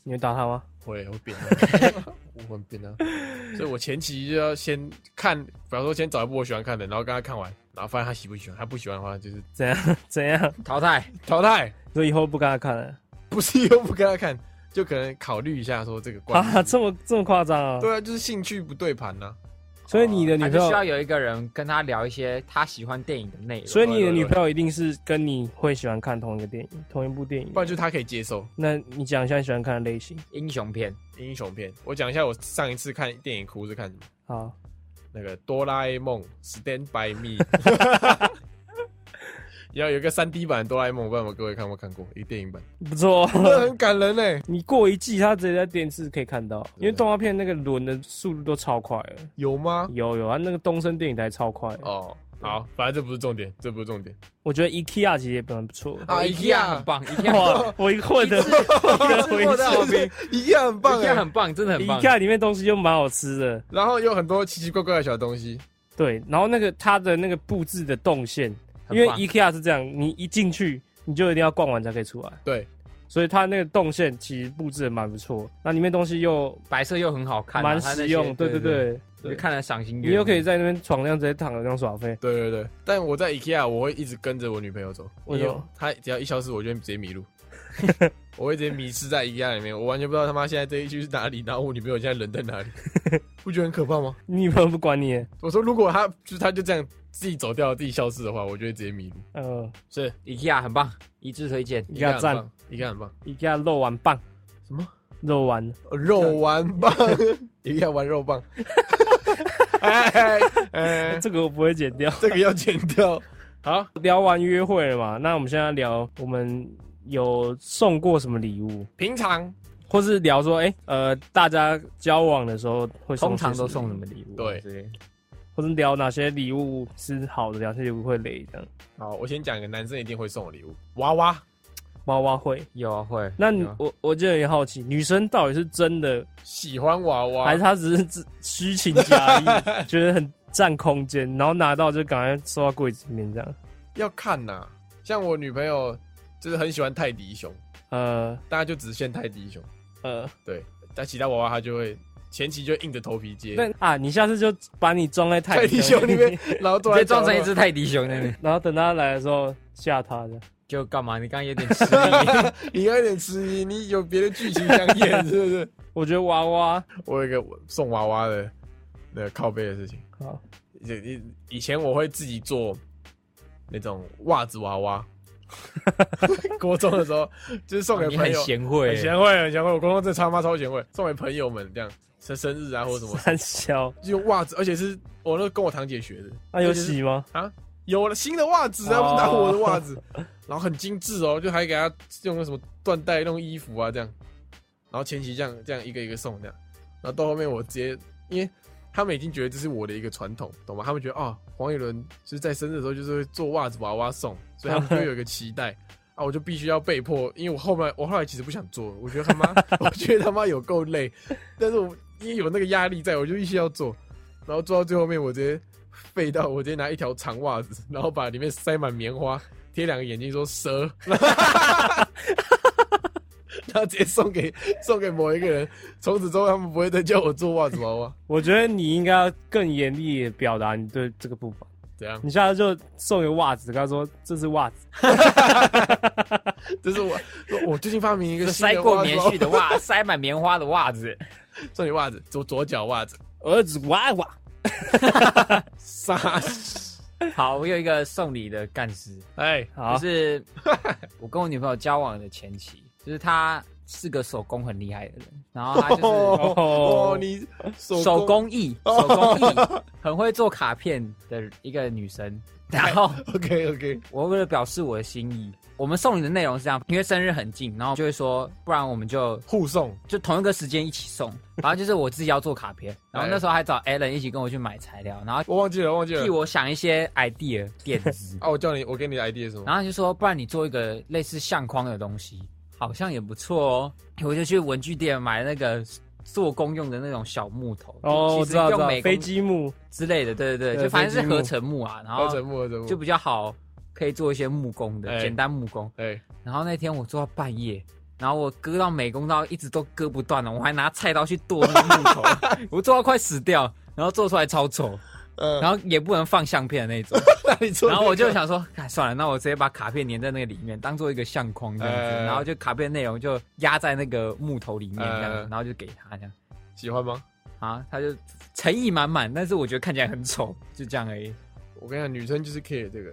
S2: 你会打他吗？
S1: 会会变态，我会变啊。所以我前期就要先看，比方说先找一部我喜欢看的，然后跟她看完，然后发现她喜不喜欢，她不喜欢的话就是
S2: 怎样怎样？
S3: 淘汰。
S1: 淘汰，
S2: 所以以后不跟他看了
S1: 不是又不跟她看，就可能考虑一下说这个关
S2: 啊？
S1: 系。
S2: 这么这么夸张啊？
S1: 对啊，就是兴趣不对盘呐、
S2: 所以你的女
S3: 他
S2: 朋
S3: 就哦需要
S2: 友，
S3: 有一个人跟他聊一些他喜欢电影的内容。
S2: 所以你的女朋友一定是跟你会喜欢看同一个电影，同一部电影
S1: 不。然就是她可以接受
S2: 那你讲一下你喜欢看的类型
S3: 英雄片，
S1: 英雄片。我讲一下我上一次看电影哭是看什么，
S2: 好，
S1: 那个哆啦 A 梦 Stand by Me，然后有一个三 D 版的哆啦 A 梦，我不知道各位看没看过，一个电 影版，
S2: 不错。
S1: 那很感人呢、欸
S2: 你过一季，它直接在电视可以看到，因为动画片那个轮的速度都超快了。
S1: 有吗？
S2: 有有啊，那个东森电影台超快。哦，
S1: 哦，好，反正这不是重点，这不是重点。
S2: 我觉得 IKEA 其实也蛮不错。
S1: 啊
S3: 哦 IKEA 很棒，IKEA
S2: 哇，我一个混的，
S3: 一
S2: 我
S3: 次
S2: 一
S3: 好
S2: 个
S3: 评
S1: 一样很棒哎、
S3: ，IKEA 很棒，真的很棒。
S2: IKEA 里面东西又蛮好吃的，
S1: 然后有很多奇奇怪怪的小东西，
S2: 对。然后那个它的那个布置的动线，
S3: 很棒
S2: 因为 IKEA 是这样，你一进去你就一定要逛完才可以出来，
S1: 对，
S2: 所以它那个动线其实布置的蛮不错。那里面东西又
S3: 白色又很好看啊，
S2: 蛮
S3: 它那些
S2: 实用，对
S3: 对
S2: 对，对。
S3: 你就看了赏心悦
S2: 你
S3: 目。
S2: 又可以在那边床上直接躺着这样耍废。
S1: 对对对。但我在 IKEA 我会一直跟着我女朋友走，
S2: 为什么
S1: 因她只要一消失，我就会直接迷 路。我会直接迷失在 IKEA 里面，我完全不知道他妈现在这一区是哪里，然后我女朋友现在人在 哪里，不觉得很可怕吗？
S2: 你女朋友不管你，
S1: 我说如果他就是他就这样自己走掉、自己消失的话，我就会直接迷路。
S2: 呃，
S1: 是
S3: IKEA 很棒，一致推荐。
S2: 一个
S1: 很
S2: 赞
S1: 棒，一个很棒。
S2: 一下肉丸棒，
S1: 什么？
S2: 肉丸
S1: 肉丸 棒，一个玩肉 棒。哎哎哎，
S2: 这个我不会剪掉。
S1: 这个要剪掉。好，
S2: 聊完约会了嘛，那我们现在聊我们有送过什么礼物，
S1: 平常
S2: 或是聊说，哎、呃，大家交往的时候会送
S3: 通常
S2: 些
S3: 都
S2: 么
S3: 送
S2: 礼
S3: 什
S2: 物
S3: 么，礼物？啊
S1: 对
S3: 之类的，
S2: 或是聊哪些礼物是好的，哪些礼物会累这样。
S1: 好，我先讲一个男生一定会送的礼物，娃娃
S2: 娃娃会，
S3: 有啊会。
S2: 那你
S3: 有啊
S2: 我我就有点好奇，女生到底是真的，
S1: 喜欢娃娃
S2: 还是，她只是自虚情假 意，觉得很占空间，然后拿到就赶快收到柜子里面这样？
S1: 要看呐、像我女朋友就是很喜欢泰迪熊，
S2: 呃
S1: 大家就只限泰迪熊，
S2: 呃，
S1: 对，但其他娃娃她就会前期就硬着头皮接。
S2: 那啊，你下次就把你装在泰
S1: 泰迪熊里面， 然后
S3: 直
S1: 突
S3: 接
S1: 然
S3: 装成一只泰迪熊那里，
S2: 然后等他来的时候吓他的。
S3: 就干嘛？你刚刚有点吃力。
S1: 你有点迟疑，你有别的剧情想演是不是？
S2: 我觉得娃娃
S1: 我有一个送娃娃的那个靠背的事情，
S2: 好，
S1: 以以以前我会自己做那种袜子娃娃，国中的时候就是送给
S3: 啊你
S1: 朋
S3: 很
S1: 友，
S3: 贤惠
S1: 很
S3: 欸，
S1: 贤惠，很贤惠。我国中真的超妈超贤惠，送给朋友们这样，生生日啊或者什么，
S2: 三消，
S1: 就用袜子，而且是我那个跟我堂姐学的，
S3: 啊
S2: 那有洗吗？
S1: 有了新的袜子啊，
S2: 哦
S1: 不是拿我的袜子，然后很精致哦，就还给她用那什么缎带弄衣服啊这样，然后前期这样这样一个一个送这样，然后到后面我直接，因为他们已经觉得这是我的一个传统，懂吗？他们觉得哦，黄雨伦就是在生日的时候就是会做袜子娃娃送，所以他们就会有一个期待。啊！我就必须要被迫，因为我后面我后来其实不想做，我觉得他妈， 我觉得他妈有够累，但是我因为有那个压力在，我就必须要做，然后做到最后面，我直接废到，我直接拿一条长袜子，然后把里面塞满棉花，贴两个眼睛说蛇， 然后直接送给送给某一个人，从此之后他们不会再叫我做袜子娃娃，
S2: 我觉得你应该要更严厉地表达你对这个不满。
S1: 怎样？
S2: 你下次就送个袜子，跟他说这是袜子，
S1: 这是我我最近发明一个
S3: 就
S1: 新
S3: 塞
S1: 的
S3: 过
S1: 袜子
S3: 棉
S1: 娃娃
S3: 絮，的袜，塞满棉花的袜子，
S1: 送你袜子，左左脚袜子，
S2: 儿子娃娃。
S3: 哦
S1: 傻，
S3: 好，我有一个送礼的干事，
S1: 哎，
S2: 好
S3: 就，是我跟我女朋友交往的前期，就是她是个手工很厉害的人，然后她就
S1: 哦哦，你
S3: 是
S1: 手
S3: 手工 艺、手工艺很会做卡片的一个女生。然后
S1: OK OK，
S3: 我为了表示我的心意，我们送礼的内容是这样，因为生日很近，然后就会说，不然我们就
S1: 护送，
S3: 就同一个时间一起送。然后就是我自己要做卡 片，然后那时候还找 Alan 一起跟我去买材料，然后
S1: 我忘记了忘记了
S3: 替，我想一些 idea 点 子。
S1: 啊，我叫你，我给你的 idea 是什么？
S3: 然后他就说，不然你做一个类似相框的东西，好像也不错哦。我就去文具店买那个做工用的那种小木头，
S2: 哦，
S3: 就
S2: 我
S3: 其
S2: 知
S3: 实
S2: 道，知
S3: 用
S2: 道
S3: 美，工
S2: 飞机木，
S3: 之类的，对对对，
S2: 对
S3: 就反正
S2: 飞
S3: 是
S2: 机木
S3: 合成木啊，然
S1: 合
S3: 后
S1: 成木合成木，
S3: 就比较好，可以做一些木工的
S1: 哎
S3: 简单木工。
S1: 哎。
S3: 然后那天我做到半夜。然后我割到美工刀一直都割不断了，我还拿菜刀去剁那个木头，我做到快死掉，然后做出来超丑，
S1: 嗯，
S3: 然后也不能放相片的那种，
S1: 那你做那
S3: 然
S1: 个
S3: 后我就，想说，哎，算了，那我直接把卡片粘在那个里面，当做一个相框这样子，
S1: 呃
S3: 然后就卡片内容就压在那个木头里面这样子，
S1: 呃
S3: 然后就给他这样
S1: 喜欢吗？
S3: 啊，他就诚意满满，但是我觉得看起来很丑，就这样而已。
S1: 我跟你讲，女生就是 care 这个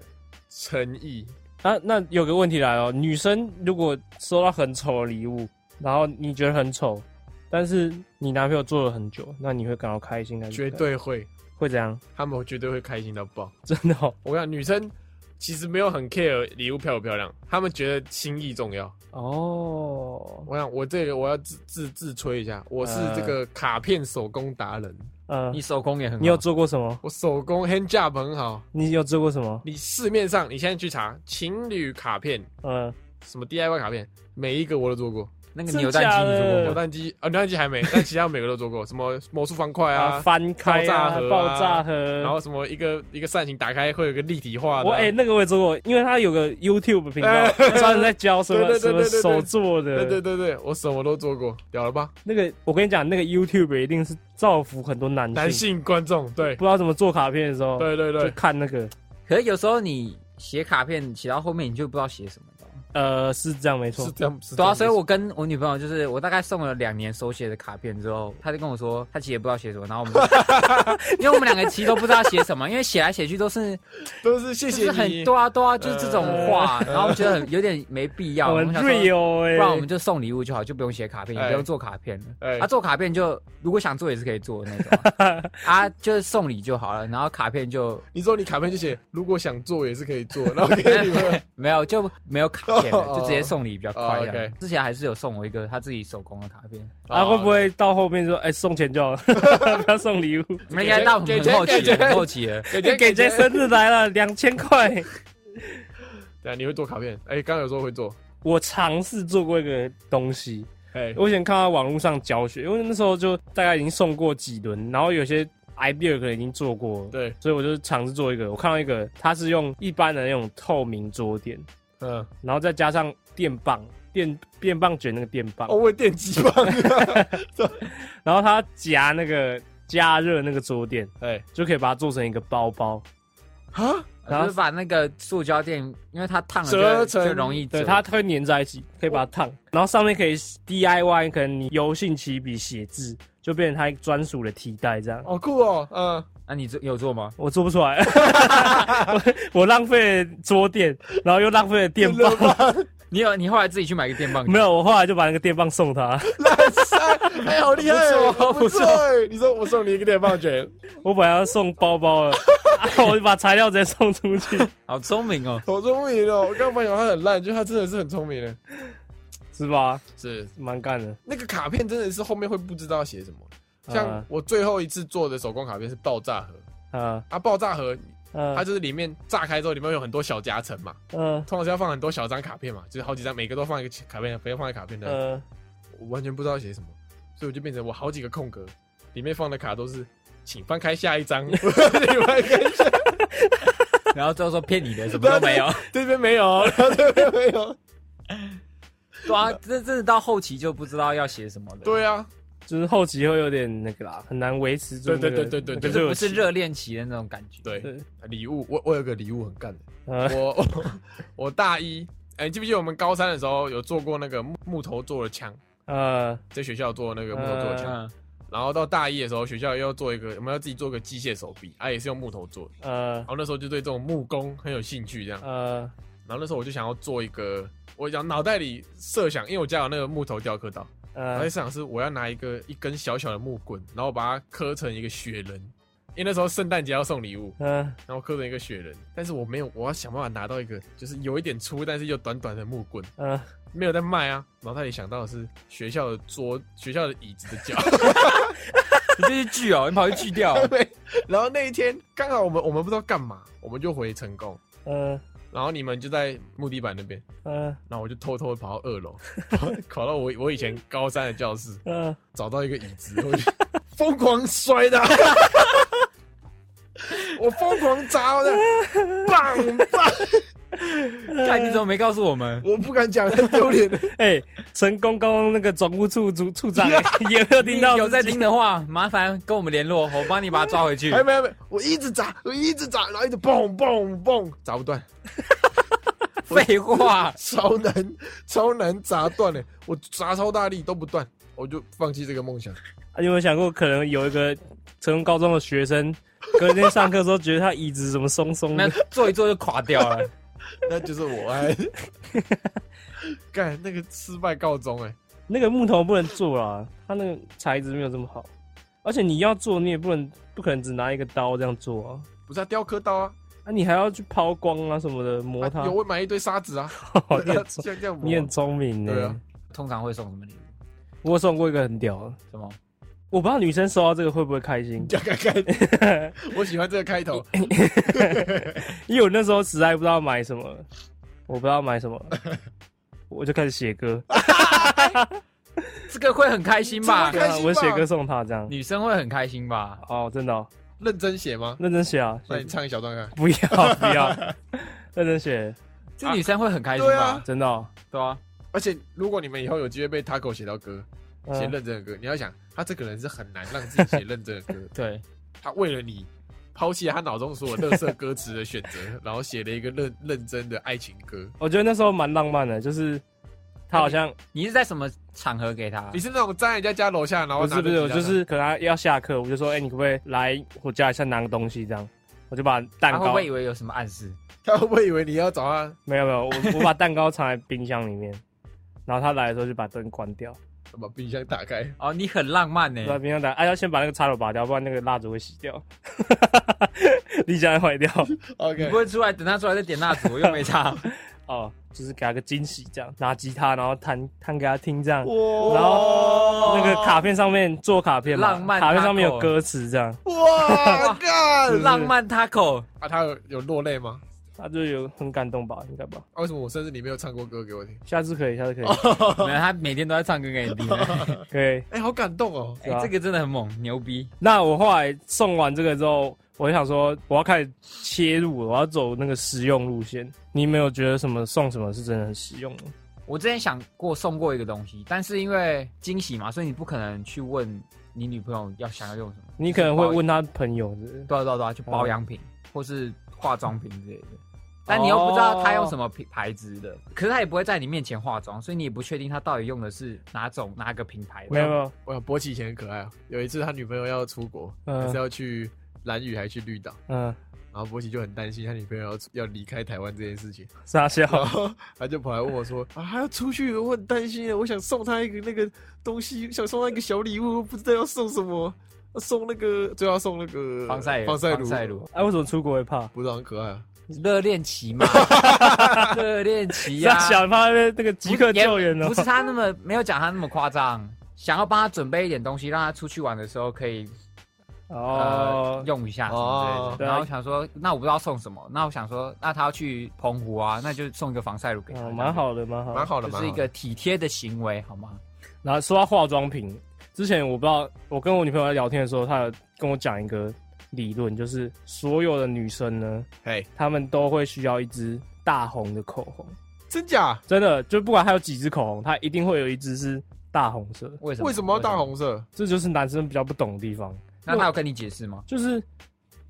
S1: 诚意，
S2: 啊，那有个问题来了，女生如果收到很丑的礼物，然后你觉得很丑，但是你男朋友做了很久，那你会感到开心还是不
S1: 绝
S2: 开心？
S1: 对会，
S2: 会怎样？
S1: 他们绝对会开心到爆。
S2: 真的哦，
S1: 我跟你讲，女生其实没有很 care 礼物漂不漂亮，她们觉得心意重要。
S2: 哦，
S1: 我想，我这个我要自自自吹一下，我是这个卡片手工达人，
S2: 呃
S3: 你，手工也很好，
S2: 你有做过什么？哦
S1: 我手工 hand job 很好。
S2: 你有做过什么？
S1: 你市面上你现在去查情侣卡片，
S2: 呃，
S1: 什么 DIY 卡片，每一个我都做过。
S3: 那个
S2: 真
S3: 扭蛋机，
S2: 假
S3: 你做
S2: 的
S3: 过
S1: 扭
S3: 吗？
S1: 蛋机啊，扭蛋机 还没，但其他每个都做过，什么魔术方块
S2: 啊，
S1: 啊，
S2: 翻开
S1: 爆炸
S2: 啊，
S1: 盒啊
S2: 爆炸盒，
S1: 然后什么一个一个扇形打开会有一个立体化的、
S2: 我
S1: 啊，
S2: 哎、那个我也做过，因为他有个 YouTube 频
S1: 哎
S2: 道， 专门在教什
S1: 对
S2: 么
S1: 对
S2: 什
S1: 对
S2: 么
S1: 对对
S2: 手做的。
S1: 对对对对，我什么都做过，屌了吧？
S2: 那个我跟你讲，那个 YouTube 一定是造福很多男性，
S1: 男性观众，对
S2: 不知道怎么做卡片的时候，
S1: 对对
S2: 就
S1: 对，
S2: 看那个，
S3: 可是有时候你写卡片写到后面，你就不知道写什么。你知道吗
S2: 呃，是这样没错
S1: 是。这样，是这
S3: 对啊，
S1: 样。
S3: 所以我跟我女朋友就是，我大概送了两年手写的卡片之后，她就跟我说，她其实也不知道写什么，然后我们， 因为我们两个其实都不知道写什么，因为写来写去都是
S1: 都是谢
S3: 就
S1: 谢
S3: 是很
S1: 你，
S3: 对啊对啊，就是这种话，然后我觉得很有点没必要。
S2: 我
S3: 我
S2: 们
S3: 们想说，
S2: real 哎、
S3: 不然我们就送礼物就好，就不用写卡片，也
S1: 哎
S3: 不用做卡片了。
S1: 哎
S3: 啊，做卡片就如果想做也是可以做的那种啊，啊就是送礼就好了，然后卡片就
S1: 你说你卡片就写，如果想做也是可以做，然后给你们
S3: 没有就没有卡片了，
S1: 哦
S3: 就直接送礼比较快
S1: 哦
S3: 这样
S1: OK。
S3: 之前还是有送我一个他自己手工的卡片，
S2: 啊，
S1: 哦
S2: 会不会到后面说，哎、送钱就好了， 不要送礼物？
S3: 你们应该到
S1: 给
S3: 很
S1: 钱
S3: 后期
S1: 给
S3: 了，
S1: 钱
S3: 很后期了。
S1: 给
S2: 给
S1: 钱
S2: 给
S1: 钱
S2: 姐？生日来了，两千块。
S1: 对啊，你会做卡片？哎，刚刚有说会做，
S2: 我尝试做过一个东西，
S1: 哎，
S2: 我以前看到网络上教学，因为那时候就大概已经送过几轮，然后有些 idea 可能已经做过了，
S1: 对，
S2: 所以我就尝试做一个。我看到一个，它是用一般的那种透明桌垫，
S1: 嗯，
S2: 然后再加上电棒，电电棒卷那个电棒，
S1: 哦，我有电击棒，
S2: 然后它夹那个加热那个桌垫，
S1: 哎，
S2: 就可以把它做成一个包包。
S1: 啊，
S3: 然后把那个塑胶垫，因为它烫了
S1: 折
S3: 就
S1: 成
S3: 就容易折
S2: 对，它它会粘在一起，可以把它烫，然后上面可以 DIY，可能你油性起笔写字，就变成它专属的提袋这样。
S1: 好酷哦，嗯，
S3: 那你做有做吗？
S2: 我做不出来， 我我浪费了桌垫，然后又浪费了电棒，
S3: 你有你后来自己去买个电 棒？
S2: 没有，我后来就把那个电棒送他，
S1: 烂三，哎，好厉害哦，
S3: 不错
S1: 不
S3: 不
S1: 错
S3: 错
S1: 哎！你说我送你一个电棒拳，
S2: 我本来要送包包的，我就把材料直接送出去，
S3: 好聪明哦！
S1: 好聪明哦！我刚刚发现他很烂，就他真的是很聪明的。
S2: 是吧？
S1: 是
S2: 蛮干的，
S1: 那个卡片真的是后面会不知道写什么，像
S2: 啊
S1: 我最后一次做的手工卡片是爆炸盒
S2: 嗯
S1: 啊，爆炸盒它
S2: 嗯
S1: 就是里面炸开之后，里面有很多小夹层嘛，
S2: 嗯
S1: 通常是要放很多小张卡片嘛，就是好几张，每个都放一个卡片，不要放在卡片的。
S2: 嗯，
S1: 我完全不知道写什么，所以我就变成我好几个空格，里面放的卡都是请翻开下一 张，请翻开下
S3: 然后最后说骗你的，什么都没有。
S1: 这边没有，然后这边没有。
S3: 对啊，这真的到后期就不知道要写什么了。
S1: 对啊，
S2: 就是后期会有点那个啦，很难维持住那个。
S1: 对对对对对
S3: 就
S2: 那
S3: 是
S2: 个
S3: 不是
S2: 热
S3: 热恋期的那种感觉。
S1: 对
S2: 对，
S1: 礼物我我有个礼物很干的，
S2: 呃
S1: 我我我大一，哎、你记不记得我们高三的时候有做过那个木木头做的枪，
S2: 呃
S1: 在学校做那个木头做的枪，
S3: 嗯，
S1: 然后到大一的时候，学校又要做一个，我们要自己做个机械手臂，啊也是用木头做的，
S2: 呃
S1: 然后那时候就对这种木工很有兴趣这
S3: 嗯
S1: 样，
S2: 呃
S1: 然后那时候我就想要做一个，我想脑袋里设想，因为我家有那个木头雕刻
S3: 嗯
S1: 刀，然后
S2: 呃
S1: 在，想是我要拿一个一根小小的木棍，然后把它刻成一个雪人，因为那时候圣诞节要送礼物，
S2: 嗯
S1: 然后刻成一个雪人，但是我没有，我要想办法拿到一个就是有一点粗，但是又短短的木棍，
S2: 嗯，
S1: 没有在卖啊。脑袋里想到的是学校的桌、学校的椅子的脚。
S3: 你这是锯哦，你跑去锯掉 哦。
S1: 对然后那一天刚好我们我们不知道干嘛，我们就回成功，
S2: 呃
S1: 然后你们就在木地板那边，
S2: 呃
S1: 然后我就偷偷地跑到二楼，跑跑到我我以前高三的教室，
S2: 呃，
S1: 找到一个椅子，我就疯狂摔它。我疯狂砸我的，棒棒！
S3: 看你怎么没告诉我们？
S1: 我不敢讲，太丢脸了。
S2: 哎，成功刚刚那个总务处处处长也没有
S3: 你
S2: 听到，
S3: 有在听，的话，麻烦跟我们联络，我帮你把它抓回去
S1: 还。哎没还没，我一直砸，我一直砸，然后一直蹦蹦蹦，砸不断，
S3: 废话，
S1: 超难超难砸断嘞！我砸超大力都不断，我就放弃这个梦想。
S2: 啊有没有想过可能有一个成功高中的学生？隔天上课的时候，觉得他椅子怎么松松
S3: 那
S2: 的？
S3: 做一做就垮掉了。
S1: 那就是我哎， 干那个失败告终哎，
S2: 那个木头不能做啦，它那个材质没有这么好，而且你要做，你也不能不可能只拿一个刀这样做啊，
S1: 不是啊，雕刻刀啊，
S2: 啊，你还要去抛光啊什么的，磨它
S1: 啊有。我买一堆沙子啊，
S2: 你很聪
S1: 像这样磨
S2: 你很聪明
S1: 对啊，
S2: 呢。
S3: 通常会送什么礼物？
S2: 我有送过一个很屌的，
S3: 什么？
S2: 我不知道女生收到这个会不会开心
S1: 看看，我喜欢这个开头。
S2: 因为我那时候实在不知道买什么，我不知道买 什么，我就开始写歌，
S1: 啊
S3: 这个会很开心吧啊
S1: 这？个开心吧
S2: 啊我写歌送她这样。
S3: 女生会很开心吧？
S2: 哦，真的、哦，
S1: 认真写吗？
S2: 认真写啊，
S1: 那你唱一小段看。
S2: 不要不要， 认真写，
S3: 这女生会很开心
S1: 对
S3: 吧
S1: 啊？
S2: 真的、哦。
S3: 对啊，，
S1: 而且如果你们以后有机会被 Taco 写到歌，
S2: 嗯
S1: 写认真的歌，你要想他这个人是很难让自己写认真的 歌
S3: 对，
S1: 他为了你抛弃了他脑中所有乐色歌词的选择，然后写了一个认认真的爱情歌。
S2: 我觉得那时候蛮浪漫的，就是他好像
S3: 你是在什么场合给她
S1: 你？是那种站在人家家楼下，然后
S2: 啊不
S1: 拿着
S2: 是不是，我
S1: 吉他
S2: 就
S1: 唱
S2: 是可能他要下课，我就说，哎、你可不可以来我家一下拿个东西这样？我就把蛋
S3: 啊她会
S2: 糕
S3: 不会以为有什么暗示？
S1: 他会不会以为你要找他
S2: 没有没有，我我把蛋糕藏在冰箱里面，然后他来的时候就把灯关掉，
S1: 把冰箱打开？
S3: 哦，你很浪漫呢
S2: 我。把冰箱打，哎、要先把那个插头拔掉，不然那个蜡烛会熄掉， 冰箱会坏掉。
S3: 你
S1: OK，
S3: 不会出来等她出来再点蜡烛，我又没 差。
S2: 哦，就是给他个惊喜，这样拿吉他，然后弹弹给他听，这样。
S1: 哇
S2: 然后那个卡片上面做卡片嘛，
S3: 浪漫
S2: 卡片上面
S3: taco
S2: 有歌词，这样
S1: 哇，干！
S3: 浪漫 taco，
S1: 啊，他有有落泪吗？
S2: 他就有很感动吧，应该吧。
S1: 啊为什么我生日你没有唱过歌给我听？
S2: 下次可以，下次可以，
S3: 哦没有她每天都在唱歌给你 听。
S2: 可以。
S1: 哎，好感动哦！
S2: 是
S3: 哎
S2: 啊，
S3: 这个真的很猛，牛逼！
S2: 那我后来送完这个之后，我就想说我要开始切入，我要走那个实用路线。你有没有觉得什么送什么是真的很实用的？
S3: 我之前想过送过一个东西，但是因为惊喜嘛，所以你不可能去问你女朋友要想要用什么。
S2: 你可能会问他朋友之类的，
S3: 对啊对啊对啊，就保养品、或是化妆品之类 的。但你又不知道他用什么品牌子的，可是他也不会在你面前化妆，所以你也不确定他到底用的是哪种哪个品牌的。
S2: 没有没有，
S1: 哦我想博奇以前很可爱啊。有一次他女朋友要出国，
S2: 嗯
S1: 还是要去蓝雨还去绿岛，
S2: 嗯，
S1: 然后波奇就很担心他女朋友要要离开台湾这件事情，
S3: 嗯
S2: 傻笑，
S3: 哦
S1: 然后他就跑来问我说：“ 啊，他要出去了，我很担心了，我想送他一个那个东西，想送他一个小礼物，不知道要送什么，要送那个就要送那个
S3: 防晒
S1: 防晒
S3: 防晒乳，
S2: 哎、为什么出国会怕？
S1: 不是很可爱啊？
S3: 热恋期 嘛，热恋期呀、
S2: 傻笑，怕那个
S3: 不
S2: 即刻
S3: 也
S2: 救援哦
S3: 不。是他那么啊没有讲他那么夸张，想要帮他准备一点东西，让他出去玩的时候可以呃
S2: 哦，
S3: 用一下什么之类
S2: 哦
S3: 的。然后想说，那我不知道送什么，那我想说，那他要去澎湖啊，那就送一个防晒乳给他，
S2: 哦，蛮好的，蛮好
S1: 蛮
S2: 的。
S1: 好的，
S3: 这样
S1: 蛮好的
S3: 子，就是一个体贴的行为，好吗？
S2: 然后说到化妆品，之前我不知道，我跟我女朋友在聊天的时候，她有跟我讲一个理论，就是所有的女生呢，
S1: 嘿，
S2: 她们都会需要一支大红的口红，
S1: 真假？
S2: 真的，就不管她有几支口红，她一定会有一支是大红色的。
S3: 为什么？
S1: 为什么要大？红色？
S2: 这就是男生比较不懂的地方，
S3: 那他有跟你解释吗？
S2: 就是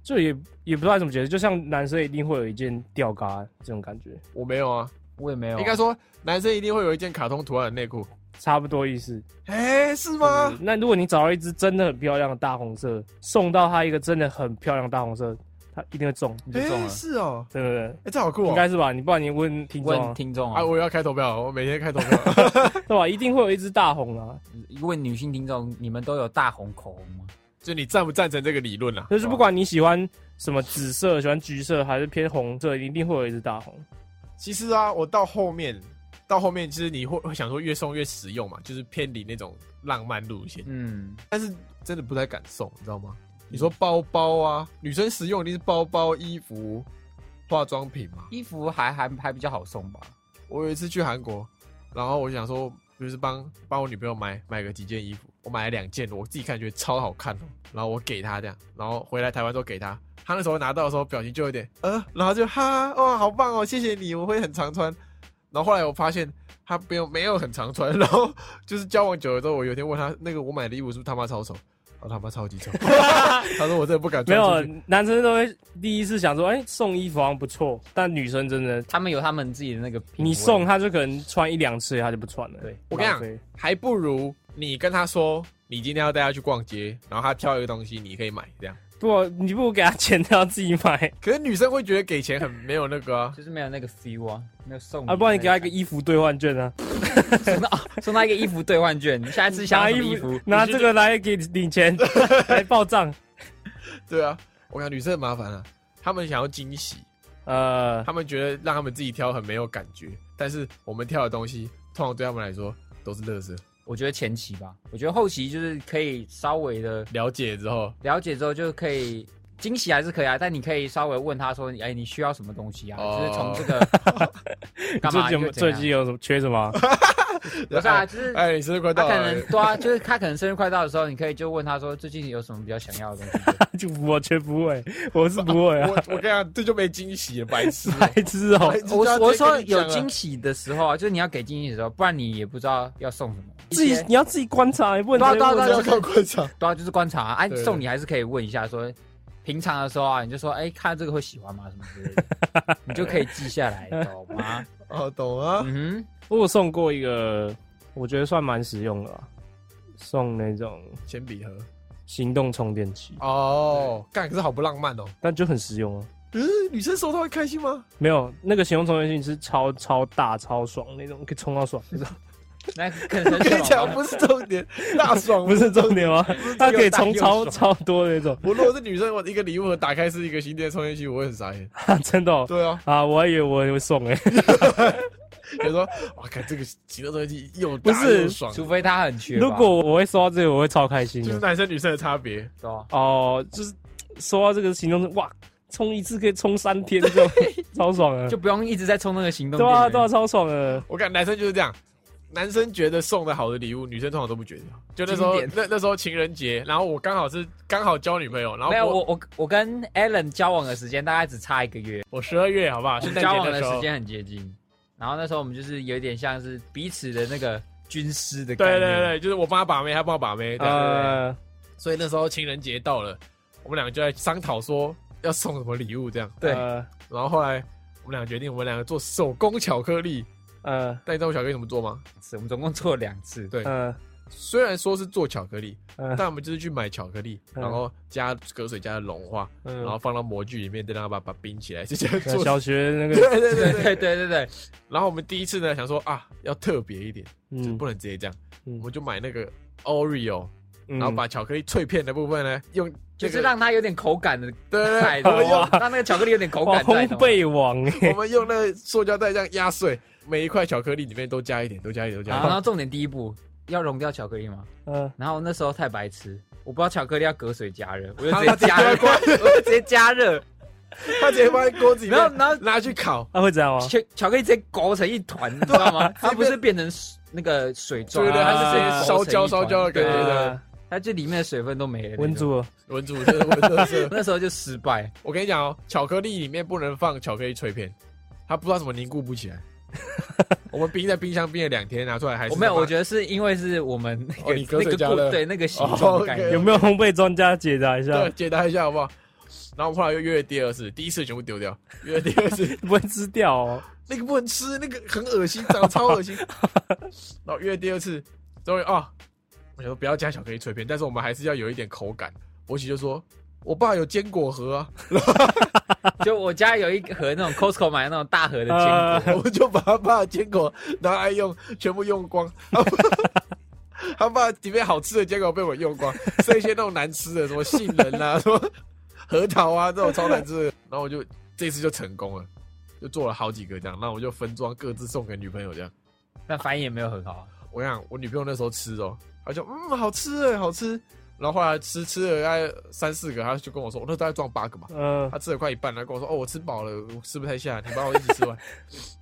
S2: 就也也不知道怎么解释，就像男生一定会有一件吊嘎这种感觉，
S1: 我没有啊，
S3: 我也没有啊，哦
S1: 应该说男生一定会有一件卡通图案的内裤，
S2: 差不多意思。
S1: 哎，是吗？
S2: 那如果你找到一支真的很漂亮的大红色，送到他一个真的很漂亮的大红色，他一定会中，
S3: 你就中
S1: 哎，
S3: 了。
S1: 是哦，
S2: 对不对？
S1: 哎，这好酷
S2: 应
S1: 哦！
S2: 该是吧？你不然你问听众啊、
S3: 问听众
S1: 啊，
S3: 啊，
S1: 我要开投票，我每天开投 票。
S2: 对吧？一定会有一支大红啊，
S3: 问女性听众，你们都有大红口红吗？
S1: 就你赞不赞成这个理论啊？
S2: 就是不管你喜欢什么紫色、喜欢橘色还是偏红色，一定会有一支大红。
S1: 其实啊，我到后面，到后面其实你会会想说越送越实用嘛，就是偏离那种浪漫路线，
S3: 嗯，
S1: 但是真的不太敢送，你知道吗？你说包包啊，女生实用一定是包包、衣服、化妆品嘛。
S3: 衣服还还还比较好送吧。
S1: 我有一次去韩国，然后我想说，就是帮帮我女朋友买买个几件衣服，我买了两件，我自己看觉得超好看哦，然后我给她这样，然后回来台湾之后给她，她那时候拿到的时候表情就有点呃，然后就哈哇好棒哦，谢谢你，我会很常穿。然后后来我发现她没有没有很常穿，然后就是交往久了之后，我有一天问她那个我买的衣服是不是他妈超丑？她他妈超级丑， 她说我真的不敢
S2: 没
S1: 穿
S2: 有
S1: 出去。
S2: 男生都会第一次想说，哎、送衣服好像不错，但女生真的，
S3: 他们有他们自己的那个品味，
S2: 你送她就可能穿一两次，她就不穿了。
S3: 对，
S1: 我跟你
S2: 浪
S1: 讲
S2: 费，
S1: 还不如你跟她说你今天要带她去逛街，然后她挑一个东西你可以买这样。
S2: 不，你不如给她钱，她要自己买
S1: 可是女生会觉得给钱很没有那个啊，
S3: 就是没有那个 feel 啊，没有送
S2: 啊，不然你给她一个
S3: 衣
S2: 衣服兑换券啊，
S3: 送他一个衣服兑换券，你下一次想
S2: 拿
S3: 要什么
S2: 衣
S3: 衣
S2: 服
S3: 服，
S2: 拿这个来给领钱，来报账。
S1: 对啊，我讲女生很麻烦啊，她们想要惊喜，
S2: 呃，
S1: 她们觉得让她们自己挑很没有感觉，但是我们挑的东西通常对她们来说都是乐色。
S3: 我觉得前期吧，我觉得后期就是可以稍微的
S1: 了解之后，
S3: 了解之后就可以。惊喜还是可以啊，但你可以稍微问他说：“哎、你需要什么东西啊？”
S1: 哦
S3: 就是从这个 干
S2: 最
S3: 嘛
S2: 近有没有
S3: 就
S2: 最
S3: 怎
S2: 近
S3: 样，
S2: 有什么缺什么啊？
S3: 不是啊，就是
S1: 哎，你生日快
S3: 他
S1: 到
S3: 可
S1: 了，
S3: 能对啊，就是他可能生日快到的时候，你可以就问他说：“最近有什么比较想要的东西
S2: 就我全不会，我是不会
S1: 我
S2: 啊，
S1: 我跟你讲，这就没惊喜了，白 痴 哦、
S2: 白痴哦
S1: 白痴！就
S3: 我
S1: 要
S3: 我
S1: 直接
S3: 说
S1: 跟你讲
S3: 有
S1: 啊
S3: 惊喜的时候啊，就是你要给惊喜的时候，不然你也不知道要送什么。
S2: 自己
S3: 一些
S2: 你要自己观察，你不能
S3: 对啊
S1: 我
S3: 对
S1: 只
S3: 啊对
S1: 要
S3: 啊
S2: 直接
S1: 看过场，
S3: 对啊，就是观察啊，啊
S1: 对对
S3: 送你还是可以问一下说，哎平常的时候啊，你就说，哎、看这个会喜欢吗？什么之类的，你就可以记下 来，懂吗？
S1: 哦，懂啊？
S3: 嗯
S2: 我有送过一个，我觉得算蛮实用的吧，送那种
S1: 铅笔盒
S2: 行动充电器，
S1: 哦，干可是好不浪漫哦。
S2: 但就很实用啊。
S1: 嗯，女生收到会开心吗？
S2: 没有那个行动充电器是超超大超爽那种，可以充到爽，
S3: 哼，那可 能
S1: 我跟你
S3: 爽
S1: 讲，
S3: 吧
S1: 不是重 点，大爽
S2: 不是重点吗？它可以充超
S3: 又大又爽
S2: 超多那种，
S1: 我如果是女生，我一个礼物盒打开是一个新电充电器，我会很傻眼。
S2: 真的哦
S1: 对啊，
S2: 啊！我还以为我也会送哎，
S1: 就说哇，看这个极乐东西又
S2: 不
S1: 大
S2: 是
S1: 又爽，
S3: 除非他很缺吧。
S2: 如果我会收到这个，我会超开心
S1: 就是
S2: 的。
S1: 男生女生的差别。
S3: 对啊
S2: 哦，就是收到这个行动充，哇，充一次可以充三天这种， 超爽啊！
S3: 就不用一直在冲那个行动
S2: 对啊，
S3: 电源
S2: 对啊，超爽的。
S1: 我感觉男生就是这样，男生觉得送的好的礼物，女生通常都不觉得。就那时候
S3: 经，典
S1: 那那时候情人节，然后我刚好是刚好交女朋友，然后
S3: 没有
S1: 啊我
S3: 我我我跟 Alan 交往的时间大概只差一个月，
S1: 我十二月好不好？
S3: 我
S1: 圣诞
S3: 们交
S1: 节
S3: 往
S1: 那
S3: 的
S1: 时
S3: 时
S1: 候，
S3: 间很接近，然后那时候我们就是有点像是彼此的那个军师的概
S1: 对
S3: 念，
S1: 对对，就是我帮他把妹，他帮我把妹，对
S2: 呃，
S1: 所以那时候情人节到了，我们两个就在商讨说要送什么礼物这样。
S3: 对
S2: 呃，
S1: 然后后来我们俩决定，我们两个做手工巧克力。
S2: 呃，
S1: 但你知道我巧克力怎么做吗？
S3: 是我们总共做了两次，
S1: 对
S2: 呃，
S1: 虽然说是做巧克力，
S2: 嗯
S1: 但我们就是去买巧克力，
S2: 嗯
S1: 然后加隔水加的融化，
S2: 嗯
S1: 然后放到模具里面，再让它把把冰起来，就这样
S2: 对啊
S1: 做。
S2: 小学那
S1: 对
S2: 个，
S1: 对对
S3: 对
S1: 对
S3: 对对对对，
S1: 然后我们第一次呢，想说啊，要特别一点，就
S2: 嗯
S1: 不能直接这样，
S2: 嗯
S1: 我们就买那个 Oreo，
S2: 嗯
S1: 然后把巧克力脆片的部分呢，用这
S3: 就是
S1: 个
S3: 让它有点口感的
S1: 对对
S3: 在
S1: 对，
S3: 的，
S1: 我们
S3: 让
S1: 用
S3: 那个巧克力有点口
S2: 哇
S3: 感在
S2: 烘
S3: 的嘛。
S2: 焙王哎，
S1: 我们用那个塑胶袋这样压碎，每一块巧克力里面都加一点，都加一点，都加一点
S3: 然
S2: 啊
S3: 后，然。后重点第一步要融掉巧克力嘛，
S2: 嗯，
S3: 然后那时候太白痴，我不知道巧克力要隔水加热，我 就
S1: 他
S3: 直接加热，我就直接 加热，
S1: 他直接放在锅子里
S3: 然后
S1: 面，
S3: 然后
S1: 拿去烤，
S2: 啊会这 样
S1: 哦
S2: 吗？
S3: 巧巧克力直接勾成一团，你知道吗？它不是变成水那个水状，啊
S1: 对对对
S3: 它是直接
S2: 它是
S1: 烧
S3: 勾成一
S1: 焦
S3: 团
S1: 烧焦的感觉
S3: 对对对
S1: 的
S2: 啊
S3: 它就里面的水分都没了。
S2: 文
S3: 那种，
S2: 竹，
S1: 文主真的文主是，
S3: 那时候就失败，
S1: 我跟你讲哦，巧克力里面不能放巧克力脆片，它不知道怎么凝固不起来。我们冰在冰箱冰了两天，拿出来还是
S3: 我没有，我
S1: 得
S3: 觉得是因为是我们那
S1: 哦
S3: 个
S1: 你隔
S3: 那
S1: 水加
S3: 个
S1: 热
S3: 不对那个形状的感
S1: 哦
S3: 觉
S1: ，OK，
S2: 有没有烘焙专家解答一下？
S1: 对，解答一下好不好？然后我们后来又约了第二次，第一次全部丢掉，约了第二次
S2: 不会吃掉哦。
S1: 那个不能吃，那个很恶心，长得超恶心。然后约了第二次，终于啊，我想说不要加巧克力脆片，但是我们还是要有一点口感。博奇就说：“我爸有坚果盒啊。”
S3: 就我家有一盒那种 Costco 买的那种大盒的坚果，
S2: 啊，
S1: 我们就把他爸的坚果拿来用，全部用光。 他爸他爸里面好吃的坚果被我用光，剩一些那种难吃的，什么杏仁啊，什么核桃啊，这种超难吃的。然后我就这次就成功了，就做了好几个这样，那我就分装各自送给女朋友这样。
S3: 但反应也没有很 好。啊
S1: 我跟你讲，我女朋友那时候吃哦，她就嗯好吃哎，好吃。然后后来吃吃了大概三四个，她就跟我说，我那大概装八个吧。
S2: 嗯
S1: 他吃了快一半，然后跟我说：“哦，我吃饱了，我吃不太下，你帮我一起吃 完。”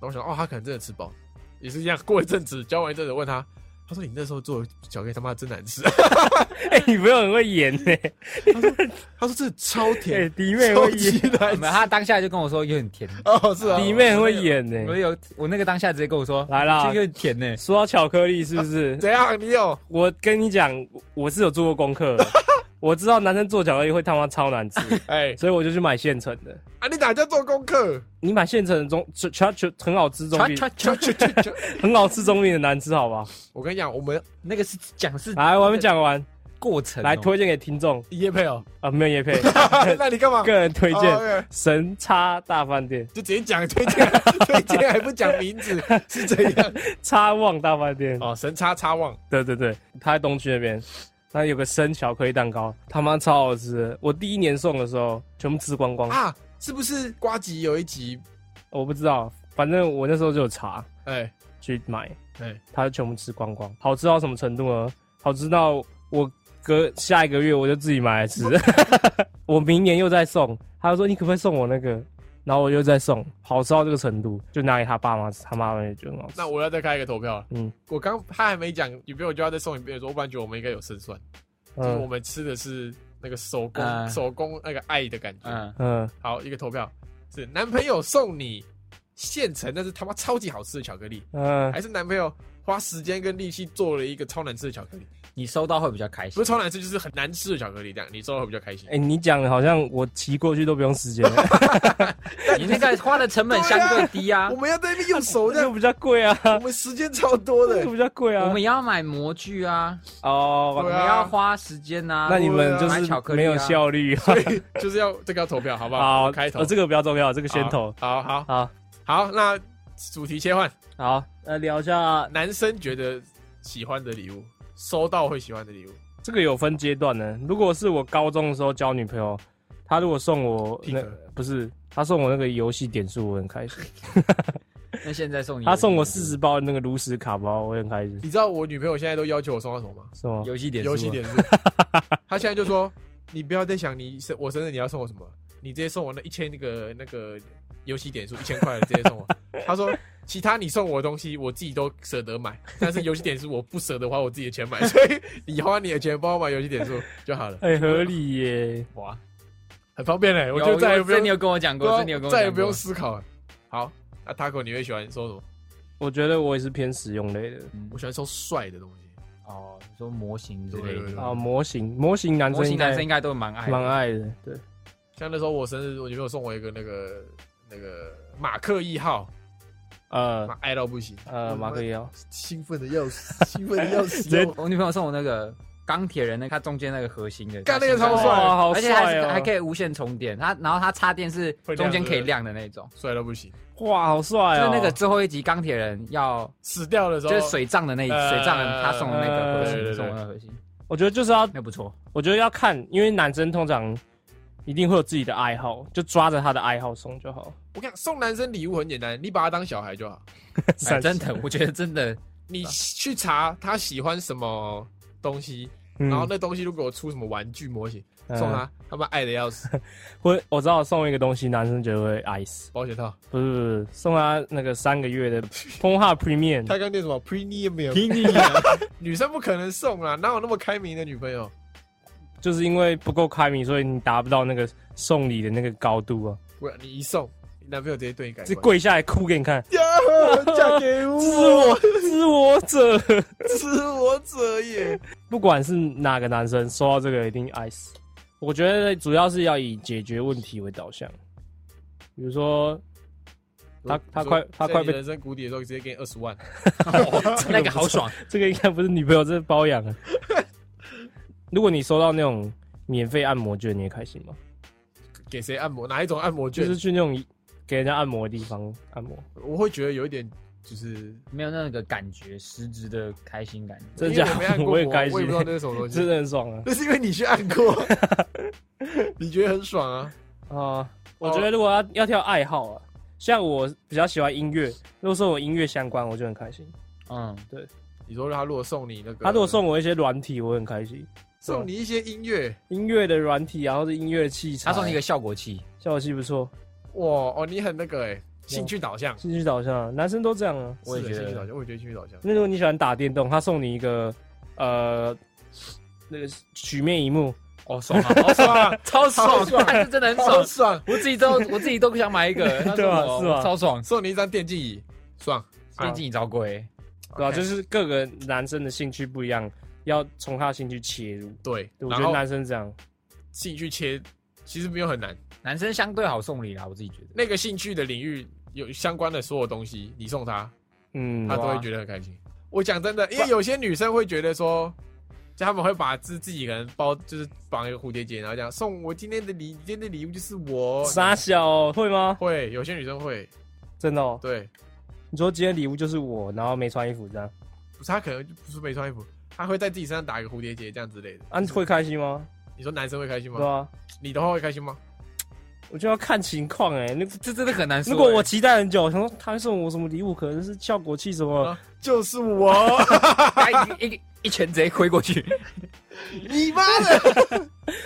S1: 然后我想，哦，他可能真的吃饱，也是一样。过一阵子，交完一阵子，问他，他说：“你那时候做的巧克力他妈真难吃。啊
S2: 哎，你朋友很会演呢，”
S1: 他说：“这超
S2: 哎
S1: 甜，，
S2: 弟妹
S1: 超
S2: 会
S1: 级
S2: 演，
S1: 难
S3: 哦没
S1: 吃。
S3: 有，他当下就跟我说有点 甜，”
S1: 哦，是 啊，
S2: 弟妹很会演呢。
S3: 我有我那个当下直接跟我说
S2: 来啦
S3: 这个有点甜呢、
S2: 说到巧克力，是不是？
S1: 怎样？你有？
S2: 我跟你讲，我是有做过功课的，我知道男生做巧克力会他妈超难 吃，
S1: 哎，
S2: 所以我就去买现成的。
S1: 啊，你哪叫做功课？
S2: 你买现成的中，巧巧巧很好吃中
S3: 传
S2: 饼，
S3: 传
S1: 就
S3: 传，
S1: 就就就，
S2: 很好吃中饼的难吃，好吧？
S1: 我跟你讲，我们
S3: 那个是讲
S1: 啊
S3: 是
S2: 来，我还没讲完，
S3: 过
S1: 哦
S3: 程、哦
S2: 来推，荐给听众
S1: 叶配 哦，
S2: 啊，没有 叶配，
S1: 那你干嘛？
S2: 个人推
S1: 哦
S2: 荐
S1: ，OK
S2: 神叉大饭店，
S1: 就直接讲推荐，推荐还不讲名字，是怎样？
S2: 叉旺大饭店。
S1: 哦，神叉叉旺，
S2: 对对对，他在东区那边，那有个生巧克力蛋糕，他妈超好吃的。我第一年送的时候，全部吃光光。
S1: 啊，是不是瓜吉有一集？
S2: 我不知道，反正我那时候就有查
S1: 哎
S2: 去买，
S1: 哎，
S2: 他就全部吃光光。好吃到什么程度呢？好吃到我隔下一个月我就自己买来吃， 我明年又再送。他就说你可不可以送我那个？然后我又再送，好吃到这个程度，就拿给他爸妈吃，他妈妈也觉得很好吃。
S1: 那我要再开一个投票了。
S2: 嗯
S1: 我刚他还没讲，女朋友就要再送一遍说，我本来觉得我们应该有胜算，就是我
S2: 嗯
S1: 们吃的是那个手工、
S3: 嗯
S1: 手工那个爱的感觉。
S3: 嗯，
S2: 嗯，
S1: 好，一个投票是男朋友送你现成，但是他妈超级好吃的巧克力，
S2: 嗯，
S1: 还是男朋友花时间跟力气做了一个超难吃的巧克力？
S3: 你收到会比较开
S1: 不
S3: 心
S1: 是。超难吃，就是很难吃的巧克力，这样你收到会比较开心
S2: 哎、。你讲的好像我骑过去都不用时间了，
S3: 你那个花的成本相对低啊
S1: 我，们要在那边用手这
S2: 就
S1: 样，
S2: 比较贵啊，
S1: 我们时间超多的
S2: 就。比较贵啊。
S3: 我们也要买模具啊，我
S2: 哦，
S1: 对
S3: 们
S1: 啊
S3: 要花时间啊。
S2: 那你们就
S3: 买巧
S2: 是
S3: 克力
S2: 没有
S3: 啊
S2: 效率 啊。
S1: 所以就是要这个要投票，好不好？
S2: 好，
S1: 开头、
S2: 呃这个比较重要，这个先头。
S1: 好好
S2: 好，
S1: 好，那主题切换。
S2: 好，呃，聊一下
S1: 男生觉得喜欢的礼物，收到会喜欢的礼物，
S2: 这个有分阶段呢。如果是我高中的时候交女朋友，她如果送我
S1: 屁
S2: 那
S1: 壳
S2: 不是，她送我那个游戏点数，我很开心。
S3: 那现在送你，
S2: 她送我四十包那个炉石卡包，我也很开心。
S1: 你知道我女朋友现在都要求我送她什么吗？
S2: 是吗？
S3: 游戏点数啊，
S1: 游戏点 数。她现在就说：“你不要再想你生我生日你要送我什么，你直接送我那一千那个那个游戏点数一千块的直接送 我。”她说：“其他你送我的东西我自己都舍得买，但是游戏点数我不舍得花我自己的钱买， 所以你花你的钱帮我买游戏点数就好了，
S2: 哎、合理耶。
S3: 啊哇，
S1: 很方便嘞、欸
S3: 有
S1: 我就再也
S3: 有
S1: 不
S3: 这
S1: 用
S3: 你有跟我讲
S1: 对
S3: 过，
S1: 啊
S3: 这你有跟我
S1: 再也
S3: 讲
S1: 不用
S3: 过
S1: 思考了。好，那 Taco 你会喜欢收什么？
S2: 我觉得我也是偏实用类的
S1: 我喜欢收帅的东西。
S3: 嗯哦，你说模型之
S1: 对
S3: 类
S1: 对
S3: 的
S1: 对
S2: 啊，模型模型男
S3: 嗯模
S2: 生
S3: 型
S2: 应
S3: 男
S2: 该
S3: 生应该都蛮爱的，
S2: 蛮爱的，对，
S1: 像那时候我生日，我女朋友送我一个那个那个马克一号，
S2: 呃
S1: 妈爱到不行，
S2: 呃，
S3: 嗯
S2: 马克也要
S1: 兴奋的要死，兴奋的要死，
S2: 直接
S1: 哦
S3: 我女朋友送我那个钢铁人，那个它中间那个核心的，
S1: 干那个
S3: 它现在
S1: 超帅
S2: 哇好
S3: 而且还
S2: 帅
S3: 是
S2: 哦，
S3: 还可以无线充电，它然后它插电是
S1: 会亮
S3: 中间可以
S1: 对
S3: 亮的那种，
S1: 帅到不行，
S2: 哇，好
S3: 就
S2: 帅
S3: 是
S2: 哦，
S3: 那个最后一集钢铁人要
S1: 死掉的时候
S3: 就是水葬的那一
S1: 呃
S3: 水葬人他送的那个
S1: 对
S3: 核
S1: 对
S3: 心，
S1: 对
S3: 送的那个核心，
S2: 我觉得就是要，
S3: 那不错，
S2: 我觉得要看，因为男生通常一定会有自己的爱好，就抓着他的爱好送就好。
S1: 我看送男生礼物很简单，你把他当小孩就好。
S3: 哎真的，我觉得真 的
S1: 你去查他喜欢什么东西，
S2: 嗯，
S1: 然后那东西如果出什么玩具模型，
S2: 嗯
S1: 送他，他们爱的要死。
S2: 会，我知道送一个东西，男生就会爱死。
S1: 保险套，
S2: 不是不是，不是送他那个三 个月的 p o n h u b Premium，
S1: 他刚念什么 premium？
S2: 平你，
S1: 女生不可能送啦，哪有那么开明的女朋友？
S2: 就是因为不够开明，所以你达不到那个送礼的那个高度啊，
S1: 不然你一送，你男朋友直接对你改
S2: 是
S1: 观。
S2: 跪下来哭给你看，
S1: 呀嫁给我，
S2: 知我 知我者。
S1: 知我者也。
S2: 不管是哪个男生收到这个一定爱死。我觉得主要是要以解决问题为导向，比如说 他他快他快被
S1: 在你人生谷底的时候，直接给你二十万。
S3: 那个好爽，
S2: 这个应该不是女朋友，这是 包养啊。如果你收到那种免费按摩券，你也开心吗？
S1: 给谁按摩？哪一种按摩
S2: 就
S1: 券？
S2: 是去那种给人家按摩的地方按摩，
S1: 我会觉得有一点就是。
S3: 没有那个感觉，实质的开心感觉。
S2: 真
S1: 因为
S2: 假
S1: 我没按
S2: 的
S1: 过，
S2: 我
S1: 我
S2: 也开
S1: 我
S2: 心
S1: 也不知，道那是什么 东西。
S2: 真的很爽啊！
S1: 那是因为你去按 过，你觉得很爽啊？
S2: 啊，我觉得如果要要挑爱好啊，像我比较喜欢音乐，如果说我音乐相关，我就很开心。
S3: 嗯，
S1: 你说他如果送你那个，
S2: 他如果送我一些软体，我很开心。
S1: 送你一些音乐，
S2: 音乐的软体，然后是音乐器材。
S3: 他送你一个效果器，
S2: 效果器不错，
S1: 哇哦，你很那个哎、兴趣导向，
S2: 兴趣导向啊，男生都这样啊。
S3: 我也
S1: 是
S3: 觉
S1: 兴趣导
S3: 得
S1: 向，我也觉得兴趣导向。
S2: 那如果你喜欢打电动，他送你一个呃那个曲面荧幕，
S3: 哦，爽啊，好爽啊， 超
S1: 好
S3: 爽，
S1: 爽
S3: 但是真的很
S1: 好
S3: 爽，啊
S1: 爽，
S3: 我自己都我自己都不想 买一个，他送我
S2: 是吧
S3: 超爽，
S1: 送你一张电竞椅，爽。
S3: 电竞椅超贵，
S2: 对吧、
S1: OK
S2: 就是各个男生的兴趣不一样，要从他的兴趣切入。
S1: 对，
S2: 对我
S1: 然
S2: 觉得
S1: 后
S2: 男生这样，
S1: 兴趣切，其实没有很难。
S3: 男生相对好送礼啦，我自己觉得。
S1: 那个兴趣的领域有相关的所有东西，你送他，
S2: 嗯
S1: 他，都会觉得很开心。我讲真的，因为有些女生会觉得说，就他们会把自自己可能包，就是绑一个蝴蝶结，然后讲送我今天的礼，今天的礼物就是我。
S2: 傻小、哦会吗？
S1: 会，有些女生会，
S2: 真的哦。
S1: 对，
S2: 你说今天礼物就是我，然后没穿衣服这样，
S1: 不是她可能就不是没穿衣服，她会在自己身上打一个蝴蝶结这样之类的。
S2: 啊，你会开心吗？
S1: 你说男生会开心
S2: 对啊
S1: 吗？
S2: 吧、
S1: 你的话会开心吗？
S2: 我就要看情况哎、那
S3: 这真的很难说。
S2: 如果 我
S3: 欸
S2: 期待很久，我想说他会送我什么礼物，可能是效果器什么，
S1: 啊就是我，
S3: 他一一一拳直接挥过 去，
S1: 你妈的！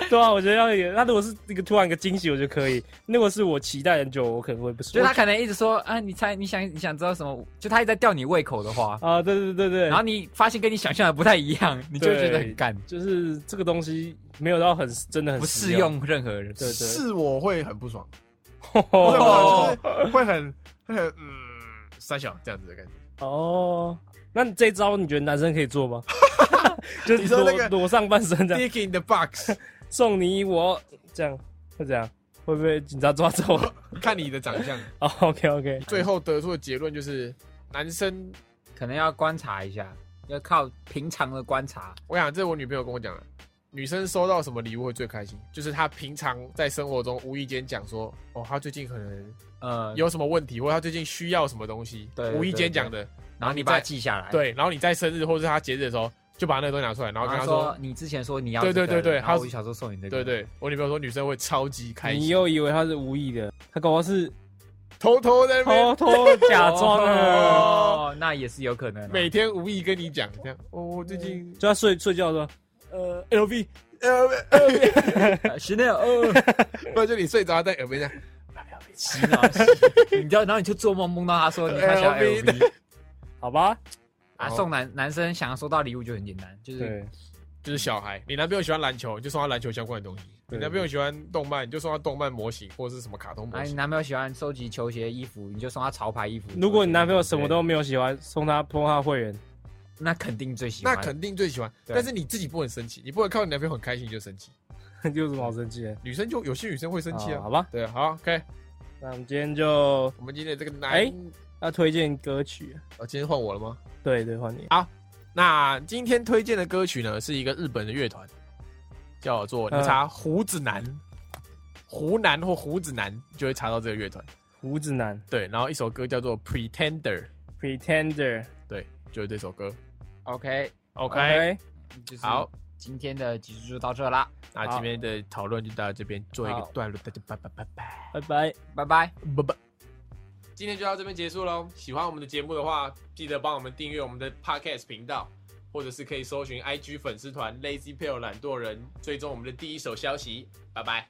S2: 对啊，我觉得要有。那如果是一个突然一个惊喜，我就可以；那如果是我期待很久，我可能会不
S3: 就
S2: 爽。
S3: 是他可能一直说啊，你猜你想你想知道什么？就他一直在吊你胃口的话，
S2: 啊，对对对对，
S3: 然后你发现跟你想象的不太一样，你就会觉得很干，
S2: 就是这个东西没有到很真的很
S3: 不
S2: 实
S3: 适
S2: 用，
S3: 用任何人。
S2: 对对
S1: 是我会很不爽，会很不
S2: 哦
S1: 爽就是会很会很嗯三小这样子的感觉。
S2: 哦。那你这招你觉得男生可以 做吗？就是
S1: 你说
S2: 裸
S1: 那个
S2: 裸上半身这样
S1: Dick in the box，
S2: 送你我这样会怎样？会不会警察抓 走？
S1: 看你的长相。
S2: 哦，OK OK，
S1: 最后得出的结论就是，男生，
S3: 可能要观察一下，要靠平常的观察。
S1: 我想这是我女朋友跟我讲的，女生收到什么礼物会最开心，就是她平常在生活中无意间讲说，哦，她最近可能
S3: 呃，
S1: 有什么问题，或者她最近需要什么东西，
S3: 对
S1: 无意间讲的，
S3: 然后你把它
S1: 在
S3: 记下来，，
S1: 对，然后你在生日或者是她节日的时候，就把那个东西拿出来，然
S3: 然
S1: 后跟
S3: 后
S1: 她
S3: 说
S1: 说，
S3: 你之前说你要
S1: 对对
S3: 这个
S1: 对对
S3: 然后
S1: 他
S3: 我就想说送你这
S1: 对
S3: 个，，
S1: 对，我女朋友说女生会超级开
S2: 你
S1: 心，
S2: 又以为他是无意的，他搞不好是
S1: 偷偷在那边
S2: 偷偷假装啊 的，
S3: 哦，啊那也是有可能啊。
S1: 每天无意跟你讲，这样，哦，我最
S3: 嗯
S1: 近
S2: 就他睡睡觉的时候，呃，LV
S1: 呃，
S3: 十六哦，
S1: 不然就你睡着在啊耳边这样。
S3: 洗脑，你知道，然后你就做梦梦到他说你他想要
S1: LV
S3: LV。
S2: 好吧，
S3: 啊，
S1: 哦
S3: 送男男生想要收到礼物就很简单，就是
S2: 对，
S1: 就是小孩，你男朋友喜欢篮球，你就送他篮球相关的东西；你
S2: 对
S1: 男朋友喜欢动漫，你就送他动漫模型或者是什么卡通模
S3: 啊，你
S1: 型。
S3: 男朋友喜欢收集球鞋、衣服，你就送他潮牌衣服。
S2: 如果你男朋友
S3: 球鞋
S2: 什么，都没有喜欢，送他碰他会员，
S3: 对那肯定最喜欢。
S1: 那肯定最喜欢，
S3: 对
S1: 但是你自己不能生气，你不能看到你男朋友很开心你就生气。
S2: 有什么好生气的？
S1: 女生就有些女生会生气
S2: 哦
S1: 啊，
S2: 好吧，
S1: 对，好，OK，
S2: 那我们今天就
S1: 我们今天这个
S2: 哎
S1: 难，
S2: 要推荐歌曲，
S1: 哦，今天换我了吗？
S2: 对对，换你。
S1: 那今天推荐的歌曲呢，是一个日本的乐团，叫做你
S2: 嗯
S1: 查胡子男，湖南或胡子男就会查到这个乐团。
S2: 胡子男
S1: 对，然后一首歌叫做《Pretender》，
S2: Pretender。
S1: 对，就是这首歌。
S3: OK，
S1: OK，,
S3: 就是
S1: 好，，
S3: 今天的集数就到这啦，
S1: 那
S2: 好
S1: 今天的讨论就到这边做一个
S2: 好
S1: 段落，大家拜拜拜拜
S2: 拜拜。
S3: 拜拜。
S1: 拜拜。今天就到这边结束喽。喜欢我们的节目的话，记得帮我们订阅我们的 Podcast 频道，或者是可以搜寻 IG 粉丝团 Lazy p a l e 懒惰人，追踪我们的第一手消息。拜拜。